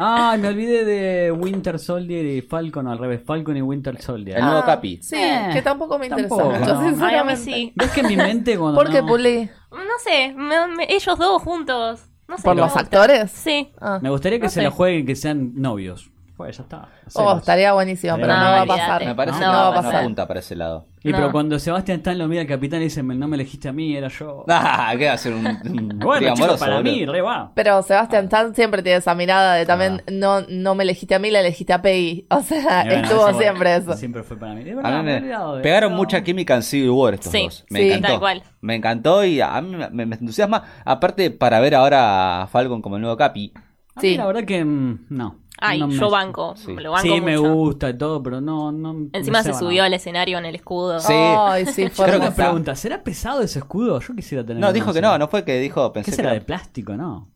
[SPEAKER 1] Ay, me olvidé de Winter Soldier y Falcon, al revés, Falcon y Winter Soldier.
[SPEAKER 4] El
[SPEAKER 3] Ah.
[SPEAKER 4] nuevo Capi.
[SPEAKER 3] Sí,
[SPEAKER 1] Eh,
[SPEAKER 3] que tampoco me interesa
[SPEAKER 1] tampoco,
[SPEAKER 3] mucho,
[SPEAKER 1] no.
[SPEAKER 2] Ay, a mí
[SPEAKER 3] sinceramente.
[SPEAKER 2] sí.
[SPEAKER 1] ¿Ves que en mi mente cuando.
[SPEAKER 3] ¿Por qué
[SPEAKER 1] no-
[SPEAKER 3] Puli?
[SPEAKER 2] No sé, me- me- ellos dos juntos. No sé.
[SPEAKER 3] ¿Por
[SPEAKER 2] me
[SPEAKER 3] los
[SPEAKER 2] gusta.
[SPEAKER 3] actores?
[SPEAKER 2] Sí.
[SPEAKER 3] Ah.
[SPEAKER 1] Me gustaría que
[SPEAKER 2] No
[SPEAKER 1] se
[SPEAKER 2] sé.
[SPEAKER 1] la jueguen, que sean novios. Pues ya está.
[SPEAKER 3] Oh,
[SPEAKER 1] hacemos.
[SPEAKER 3] estaría buenísimo, pero
[SPEAKER 1] No,
[SPEAKER 3] no, va a
[SPEAKER 2] olvídate.
[SPEAKER 3] pasar.
[SPEAKER 4] Me parece
[SPEAKER 3] no,
[SPEAKER 4] que
[SPEAKER 3] va
[SPEAKER 4] no,
[SPEAKER 3] a
[SPEAKER 4] no
[SPEAKER 3] pasar.
[SPEAKER 4] apunta para ese lado.
[SPEAKER 1] Y
[SPEAKER 2] No.
[SPEAKER 1] pero cuando Sebastián Stan lo mira al capitán y dice: No me elegiste a mí, era yo.
[SPEAKER 4] Ah, ¿qué va a ser un, un
[SPEAKER 1] bueno, chicos,
[SPEAKER 4] triamoroso,
[SPEAKER 1] para
[SPEAKER 4] boludo?
[SPEAKER 1] mí, re va.
[SPEAKER 3] Pero Sebastián Tan siempre tiene esa mirada de también no, no me elegiste a mí, la elegiste a Peggy. O sea,
[SPEAKER 1] Ah. Y bueno,
[SPEAKER 3] Ah, estuvo
[SPEAKER 1] eso, bueno,
[SPEAKER 3] siempre eso.
[SPEAKER 1] Siempre fue para mí. De
[SPEAKER 4] A
[SPEAKER 1] verdad,
[SPEAKER 4] mí
[SPEAKER 1] me he
[SPEAKER 4] me-
[SPEAKER 1] olvidado de-
[SPEAKER 4] pegaron
[SPEAKER 1] no.
[SPEAKER 4] mucha química en Civil War estos
[SPEAKER 2] Sí,
[SPEAKER 4] dos. Me
[SPEAKER 2] sí.
[SPEAKER 4] encantó.
[SPEAKER 2] Tal cual.
[SPEAKER 4] Me encantó y a mí me, me entusiasma. Aparte, para ver ahora a Falcon como el nuevo Capi.
[SPEAKER 1] A mí
[SPEAKER 3] Sí.
[SPEAKER 1] Ah, la verdad que mm, no.
[SPEAKER 2] Ay,
[SPEAKER 1] No me-
[SPEAKER 2] yo banco.
[SPEAKER 4] Sí.
[SPEAKER 2] Lo banco
[SPEAKER 1] sí, me
[SPEAKER 2] mucho.
[SPEAKER 1] gusta y todo, pero no. no
[SPEAKER 2] Encima
[SPEAKER 1] no
[SPEAKER 2] se
[SPEAKER 1] va
[SPEAKER 2] subió
[SPEAKER 1] nada.
[SPEAKER 2] al escenario en el escudo.
[SPEAKER 4] Sí.
[SPEAKER 3] Ay, sí,
[SPEAKER 1] Yo tengo
[SPEAKER 3] fue
[SPEAKER 4] Creo que
[SPEAKER 1] una
[SPEAKER 3] hermoso.
[SPEAKER 4] está.
[SPEAKER 1] pregunta: ¿será pesado ese escudo? Yo quisiera tener.
[SPEAKER 4] No,
[SPEAKER 1] uno
[SPEAKER 4] dijo
[SPEAKER 1] así.
[SPEAKER 4] que no, no fue que dijo,
[SPEAKER 1] ¿Qué
[SPEAKER 4] pensé que
[SPEAKER 1] será de
[SPEAKER 4] era-
[SPEAKER 1] plástico, no?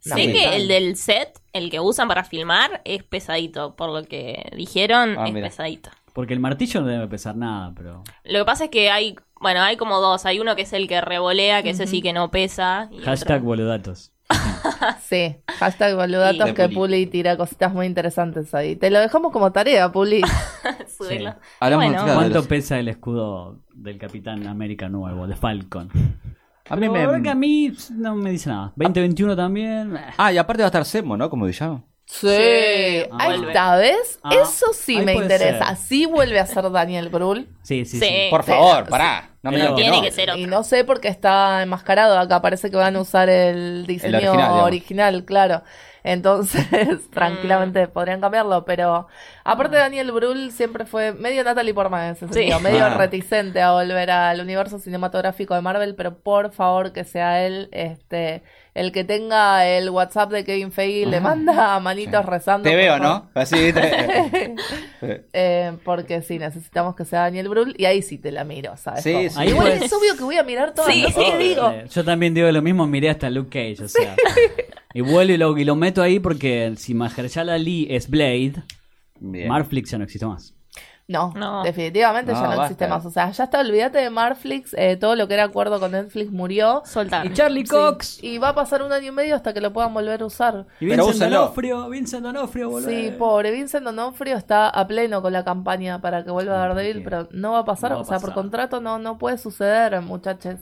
[SPEAKER 2] Sé
[SPEAKER 4] Sí.
[SPEAKER 2] que el del set, el que usan para filmar, es pesadito. Por lo que dijeron,
[SPEAKER 4] Ah,
[SPEAKER 2] es
[SPEAKER 4] mira.
[SPEAKER 2] pesadito.
[SPEAKER 1] Porque el martillo no debe pesar nada, pero.
[SPEAKER 2] Lo que pasa es que hay, bueno, hay como dos. Hay uno que es el que revolea, que ese sí que no pesa. y
[SPEAKER 1] Hashtag
[SPEAKER 2] otro-
[SPEAKER 1] boludatos.
[SPEAKER 3] Sí, hashtag boludatos
[SPEAKER 4] Sí.
[SPEAKER 3] que
[SPEAKER 4] De Puli.
[SPEAKER 3] Puli tira cositas muy interesantes ahí. Te lo dejamos como tarea, Puli.
[SPEAKER 2] subirlo.
[SPEAKER 1] Sí.
[SPEAKER 4] Hablamos
[SPEAKER 2] Bueno,
[SPEAKER 4] de-
[SPEAKER 1] ¿Cuánto
[SPEAKER 4] los-
[SPEAKER 1] pesa el escudo del Capitán América nuevo, de Falcon?
[SPEAKER 4] A mí
[SPEAKER 1] Pero la verdad
[SPEAKER 4] me.
[SPEAKER 1] que a mí no me dice nada. 2021 también. eh.
[SPEAKER 4] Ah, y aparte va a estar Semo, ¿no? Como villano.
[SPEAKER 3] Sí,
[SPEAKER 1] Ah,
[SPEAKER 3] esta vez,
[SPEAKER 1] Ah,
[SPEAKER 3] eso sí
[SPEAKER 1] ahí
[SPEAKER 3] me
[SPEAKER 1] puede
[SPEAKER 3] interesa.
[SPEAKER 1] ser.
[SPEAKER 3] Sí vuelve a ser Daniel Brühl.
[SPEAKER 1] Sí, sí, sí.
[SPEAKER 2] Eh, Sí.
[SPEAKER 4] Por
[SPEAKER 3] Sí,
[SPEAKER 4] favor,
[SPEAKER 3] sí.
[SPEAKER 4] pará. No me
[SPEAKER 1] Pero
[SPEAKER 4] digan que
[SPEAKER 2] tiene
[SPEAKER 4] no.
[SPEAKER 2] que ser otro.
[SPEAKER 3] Y no sé por qué está enmascarado acá. Parece que van a usar el diseño
[SPEAKER 4] original, digamos.
[SPEAKER 3] original, claro. Entonces, tranquilamente
[SPEAKER 4] Mm.
[SPEAKER 3] podrían cambiarlo, pero aparte Daniel Brühl siempre fue medio Natalie Portman en ese sentido, medio
[SPEAKER 4] Ah.
[SPEAKER 3] reticente a volver al universo cinematográfico de Marvel, pero por favor que sea él este el que tenga el WhatsApp de Kevin Feige le manda manitos rezando.
[SPEAKER 4] Te
[SPEAKER 3] por
[SPEAKER 4] veo,
[SPEAKER 3] favor.
[SPEAKER 4] ¿no? Así te-
[SPEAKER 3] Eh, porque sí, necesitamos que sea Daniel Brühl y ahí sí te la miro, ¿sabes?
[SPEAKER 4] Sí,
[SPEAKER 3] cómo?
[SPEAKER 4] sí.
[SPEAKER 1] Ahí
[SPEAKER 3] Igual
[SPEAKER 1] pues-
[SPEAKER 3] es obvio que voy a mirar todas
[SPEAKER 2] Sí.
[SPEAKER 3] no sé qué
[SPEAKER 2] Obvio.
[SPEAKER 3] digo.
[SPEAKER 1] Eh, yo también digo lo mismo, miré hasta Luke Cage, o sea. Y vuelvo y lo, y lo meto ahí porque si Mahershala Ali es Blade,
[SPEAKER 4] Bien.
[SPEAKER 1] Marflix ya no existe más.
[SPEAKER 3] No,
[SPEAKER 2] No.
[SPEAKER 3] definitivamente
[SPEAKER 4] No,
[SPEAKER 3] ya no
[SPEAKER 4] basta.
[SPEAKER 3] existe más. O sea, ya está, olvídate de Marflix, eh, todo lo que era acuerdo con Netflix murió.
[SPEAKER 2] Soltar.
[SPEAKER 1] Y Charlie
[SPEAKER 3] Sí.
[SPEAKER 1] Cox.
[SPEAKER 3] Y va a pasar un año y medio hasta que lo puedan volver a usar.
[SPEAKER 1] Y
[SPEAKER 4] Pero
[SPEAKER 1] Vincent
[SPEAKER 4] úsenlo.
[SPEAKER 1] Donofrio, Vincent Donofrio, boludo.
[SPEAKER 3] Sí, pobre Vincent Donofrio está a pleno con la campaña para que vuelva a Daredevil,
[SPEAKER 4] bien.
[SPEAKER 3] pero no va a pasar,
[SPEAKER 1] No va a
[SPEAKER 3] o sea,
[SPEAKER 1] pasar.
[SPEAKER 3] por contrato no, no puede suceder, muchachos.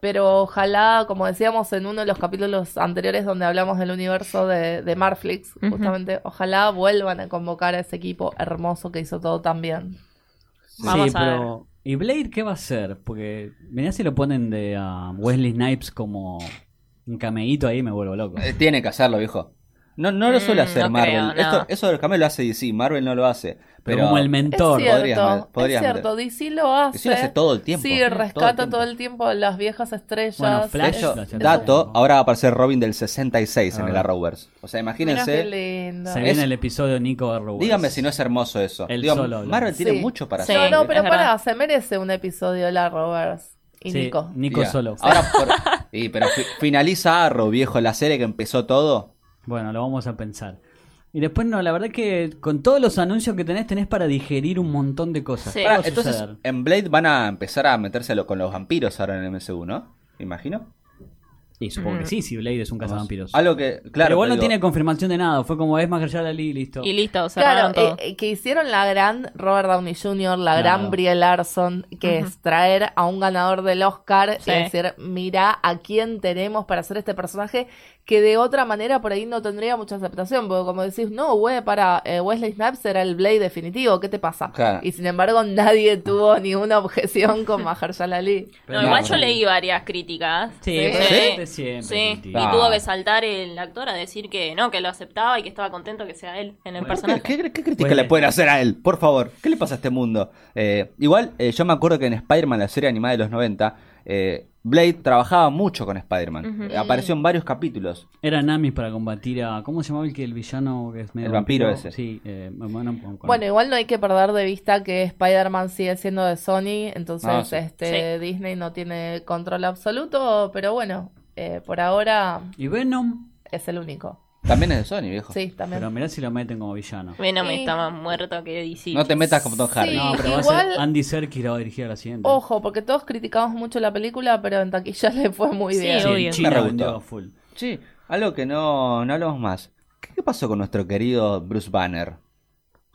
[SPEAKER 3] Pero ojalá, como decíamos en uno de los capítulos anteriores donde hablamos del universo de, de Marflix,
[SPEAKER 2] Ujú.
[SPEAKER 3] justamente, ojalá vuelvan a convocar a ese equipo hermoso que hizo todo tan bien.
[SPEAKER 1] Sí,
[SPEAKER 2] Vamos a
[SPEAKER 1] pero. ¿Y Blade qué va a hacer? Porque mirá si lo ponen de a Wesley Snipes como un cameíto ahí, me vuelvo loco.
[SPEAKER 4] Eh, Tiene que hacerlo, viejo. No, no lo suele
[SPEAKER 2] Mm,
[SPEAKER 4] hacer
[SPEAKER 2] no
[SPEAKER 4] Marvel.
[SPEAKER 2] creo, no.
[SPEAKER 4] Esto- eso de los cameos lo hace DC, Marvel no lo hace. Pero
[SPEAKER 1] Pero como el mentor.
[SPEAKER 3] es cierto,
[SPEAKER 4] podrías meter- podrías
[SPEAKER 3] es cierto, DC lo hace.
[SPEAKER 4] Sí, lo hace todo el tiempo.
[SPEAKER 3] Sí,
[SPEAKER 4] Todo el
[SPEAKER 3] rescata
[SPEAKER 4] tiempo.
[SPEAKER 3] todo el tiempo, a las viejas estrellas.
[SPEAKER 1] Bueno, Flash,
[SPEAKER 4] De hecho,
[SPEAKER 1] Flash, ya
[SPEAKER 4] dato,
[SPEAKER 1] tenemos.
[SPEAKER 4] ahora va a aparecer Robin del 66
[SPEAKER 1] A
[SPEAKER 4] en el
[SPEAKER 1] ver.
[SPEAKER 4] Arrowverse. O sea,
[SPEAKER 3] Mira qué
[SPEAKER 4] imagínense.
[SPEAKER 3] lindo.
[SPEAKER 1] Se viene
[SPEAKER 4] Es-
[SPEAKER 1] el episodio Nico Arrow.
[SPEAKER 4] Díganme si no es hermoso eso.
[SPEAKER 1] Él
[SPEAKER 4] Digo,
[SPEAKER 1] solo habla.
[SPEAKER 4] Marvel tiene
[SPEAKER 3] Sí.
[SPEAKER 4] mucho para
[SPEAKER 2] Sí.
[SPEAKER 4] hacer. ¿eh?
[SPEAKER 3] no, no, pero
[SPEAKER 2] es
[SPEAKER 3] pará,
[SPEAKER 2] verdad.
[SPEAKER 3] se merece un episodio la Roberts y
[SPEAKER 1] Sí,
[SPEAKER 3] Nico.
[SPEAKER 1] Nico
[SPEAKER 4] Diga, Ah,
[SPEAKER 1] solo.
[SPEAKER 4] Ahora por- Sí, pero fi- finaliza Arrow, viejo, la serie que empezó todo.
[SPEAKER 1] Bueno, lo vamos a pensar. Y después, no, la verdad que con todos los anuncios que tenés, tenés para digerir un montón de cosas.
[SPEAKER 2] Sí.
[SPEAKER 1] ¿Qué va Eh, a
[SPEAKER 4] Pará, entonces,
[SPEAKER 1] suceder?
[SPEAKER 4] en Blade van a empezar a meterse lo- con los vampiros ahora en el MCU, ¿no? Imagino.
[SPEAKER 1] Y supongo que sí, si Blade es un cazavampiros.
[SPEAKER 4] Algo que, claro.
[SPEAKER 1] Pero igual no
[SPEAKER 4] digo,
[SPEAKER 1] tiene confirmación de nada. Fue como es Mahershala Ali y listo.
[SPEAKER 2] Y listo, cerraron
[SPEAKER 3] Claro,
[SPEAKER 2] todo.
[SPEAKER 3] eh, eh, que hicieron la gran Robert Downey Jr., la
[SPEAKER 1] Claro.
[SPEAKER 3] gran Brie Larson, que es traer a un ganador del Oscar
[SPEAKER 2] Sí.
[SPEAKER 3] y decir, mira a quién tenemos para hacer este personaje, que de otra manera por ahí no tendría mucha aceptación, porque como decís, no, güey, para eh, Wesley Snipes era el Blade definitivo, ¿qué te pasa?
[SPEAKER 4] Claro.
[SPEAKER 3] Y sin embargo nadie tuvo ninguna objeción con Mahershala Ali.
[SPEAKER 2] No, igual
[SPEAKER 4] No.
[SPEAKER 2] yo leí varias críticas.
[SPEAKER 1] Sí,
[SPEAKER 3] Sí.
[SPEAKER 1] pero
[SPEAKER 2] Sí.
[SPEAKER 1] de siempre.
[SPEAKER 2] Sí,
[SPEAKER 1] Titi.
[SPEAKER 2] y
[SPEAKER 4] Ah.
[SPEAKER 2] tuvo que saltar el actor a decir que no, que lo aceptaba y que estaba contento que sea él en el
[SPEAKER 4] Bueno,
[SPEAKER 2] personaje.
[SPEAKER 4] ¿Qué, qué- qué crítica
[SPEAKER 1] Puede.
[SPEAKER 4] le pueden hacer a él? Por favor, ¿qué le pasa a este mundo? Eh, igual, eh, yo me acuerdo que en Spider-Man, la serie animada de los 90, eh, Blade trabajaba mucho con Spider-Man. Eh, apareció en varios capítulos.
[SPEAKER 1] Eran Amis para combatir a. ¿Cómo se llamaba el que el villano que es medio
[SPEAKER 4] El vampiro ese.
[SPEAKER 1] Sí, eh, bueno, con- con-
[SPEAKER 3] Bueno, igual no hay que perder de vista que Spider-Man sigue siendo de Sony, entonces
[SPEAKER 4] Ah, sí.
[SPEAKER 3] este Disney no tiene control absoluto, pero bueno, eh, por ahora
[SPEAKER 1] Y Venom.
[SPEAKER 3] es el único.
[SPEAKER 4] También es de Sony, viejo.
[SPEAKER 3] Sí, también.
[SPEAKER 1] Pero mirá si lo meten como villano.
[SPEAKER 2] Venom
[SPEAKER 3] Sí.
[SPEAKER 2] está más muerto que DC.
[SPEAKER 4] No te metas con Tom
[SPEAKER 3] Sí.
[SPEAKER 4] Hardy.
[SPEAKER 1] No, pero va a
[SPEAKER 3] Igual-
[SPEAKER 1] ser Andy Serkis la va a dirigir a la siguiente.
[SPEAKER 3] Ojo, porque todos criticamos mucho la película, pero en taquilla le fue muy
[SPEAKER 2] Sí,
[SPEAKER 3] bien.
[SPEAKER 1] Sí, en
[SPEAKER 2] obvio.
[SPEAKER 1] China
[SPEAKER 4] Me rebotó.
[SPEAKER 1] vendió a full.
[SPEAKER 4] Sí, algo que no, no hablamos más. ¿Qué, qué pasó con nuestro querido Bruce Banner?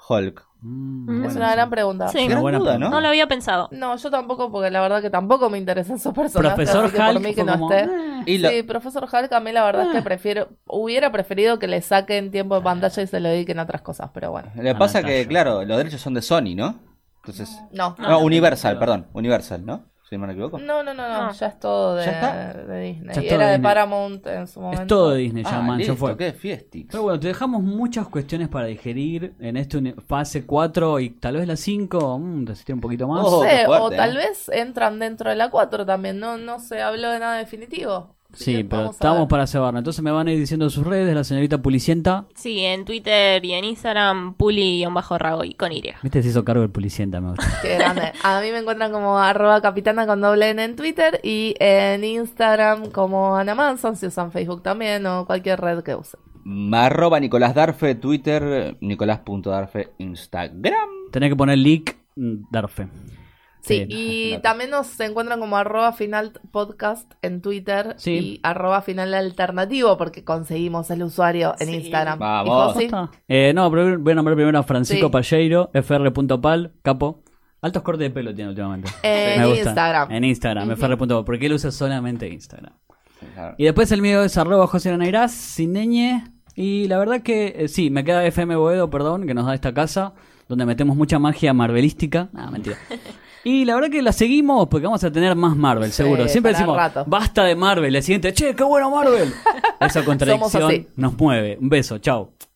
[SPEAKER 4] Hulk.
[SPEAKER 1] Mm,
[SPEAKER 2] Es
[SPEAKER 3] es
[SPEAKER 1] bueno,
[SPEAKER 3] una
[SPEAKER 1] sí.
[SPEAKER 3] gran pregunta.
[SPEAKER 2] Sí.
[SPEAKER 4] Gran
[SPEAKER 1] buena
[SPEAKER 4] duda,
[SPEAKER 1] pregunta.
[SPEAKER 2] No lo había pensado.
[SPEAKER 3] No, yo tampoco, porque la verdad que tampoco me interesan esos personajes.
[SPEAKER 1] Profesor
[SPEAKER 3] así que por
[SPEAKER 1] Hulk
[SPEAKER 3] mí que
[SPEAKER 1] fue
[SPEAKER 3] no
[SPEAKER 1] como,
[SPEAKER 3] esté.
[SPEAKER 1] "Eh".
[SPEAKER 4] Y lo-
[SPEAKER 3] Sí, profesor Hulk, a mí la verdad es
[SPEAKER 2] Ah.
[SPEAKER 3] que prefiero, hubiera preferido que le saquen tiempo de pantalla y se lo dediquen a otras cosas, pero bueno.
[SPEAKER 4] Lo
[SPEAKER 1] Ah,
[SPEAKER 4] que pasa
[SPEAKER 1] Pantalla.
[SPEAKER 4] que, claro, los derechos son de Sony, ¿no? Entonces.
[SPEAKER 3] No.
[SPEAKER 4] No, Mm. Universal, perdón. Universal, ¿no? Si no me equivoco.
[SPEAKER 3] No, no, no, no,
[SPEAKER 2] No.
[SPEAKER 3] ya es todo de,
[SPEAKER 4] ¿Ya está?
[SPEAKER 3] de Disney.
[SPEAKER 1] Ya es
[SPEAKER 3] Y
[SPEAKER 1] todo
[SPEAKER 3] era de
[SPEAKER 1] Disney.
[SPEAKER 3] Paramount en su momento.
[SPEAKER 1] Es todo de Disney, ya,
[SPEAKER 4] Ah,
[SPEAKER 1] man, ya
[SPEAKER 4] listo,
[SPEAKER 1] fue.
[SPEAKER 4] qué fiestix.
[SPEAKER 1] Pero bueno, te dejamos muchas cuestiones para digerir en este uni- fase 4 y tal vez la 5, mm, te asisté un poquito más.
[SPEAKER 4] Oh,
[SPEAKER 3] No
[SPEAKER 4] qué
[SPEAKER 3] sé, o
[SPEAKER 4] fuerte,
[SPEAKER 3] tal
[SPEAKER 4] eh.
[SPEAKER 3] vez entran dentro de la 4 también, no, no se habló de nada definitivo. Así
[SPEAKER 1] sí,
[SPEAKER 3] que
[SPEAKER 1] pero
[SPEAKER 3] vamos a
[SPEAKER 1] estamos
[SPEAKER 3] ver.
[SPEAKER 1] para cebarnos. Entonces me van a ir diciendo sus redes, la señorita Pulicienta.
[SPEAKER 2] Sí, en Twitter y en Instagram, puli-rago y con Y.
[SPEAKER 1] Viste, se hizo cargo el Pulicienta, me gusta.
[SPEAKER 3] Qué grande. A mí me encuentran como arroba capitana con doble N en Twitter y en Instagram como Ana Manson, si usan Facebook también o cualquier red que usen.
[SPEAKER 4] Mm, Arroba Nicolás Darfe, Twitter, Nicolás.darfe, Instagram.
[SPEAKER 1] Tenés que poner leak, mm, Darfe.
[SPEAKER 3] Sí,
[SPEAKER 1] Sí,
[SPEAKER 3] y
[SPEAKER 4] claro.
[SPEAKER 3] también nos encuentran como arroba final podcast en Twitter
[SPEAKER 1] Sí.
[SPEAKER 3] y arroba final alternativo porque conseguimos el usuario en
[SPEAKER 2] Sí.
[SPEAKER 3] Instagram.
[SPEAKER 4] Vamos.
[SPEAKER 3] ¿Y Josi?
[SPEAKER 1] Está. Eh, no, pero voy a nombrar primero a Francisco
[SPEAKER 3] Sí.
[SPEAKER 1] Palleiro, fr.pal, capo. Altos cortes de pelo tiene últimamente.
[SPEAKER 3] En
[SPEAKER 1] Me gusta.
[SPEAKER 3] Eh, Instagram.
[SPEAKER 1] En Instagram, fr.pal, porque él usa solamente Instagram.
[SPEAKER 4] Claro.
[SPEAKER 1] Y después el mío es arroba José Lanairaz, sin ñ. Y la verdad que eh, sí, me queda FM Boedo, perdón, que nos da esta casa, donde metemos mucha magia marvelística. Ah, mentira. Y la verdad que la seguimos porque vamos a tener más Marvel,
[SPEAKER 3] Sí,
[SPEAKER 1] seguro. Siempre
[SPEAKER 3] para
[SPEAKER 1] decimos,
[SPEAKER 3] rato.
[SPEAKER 1] basta de Marvel. La siguiente, che, qué bueno Marvel. Esa contradicción
[SPEAKER 3] así.
[SPEAKER 1] nos mueve. Un beso, chao.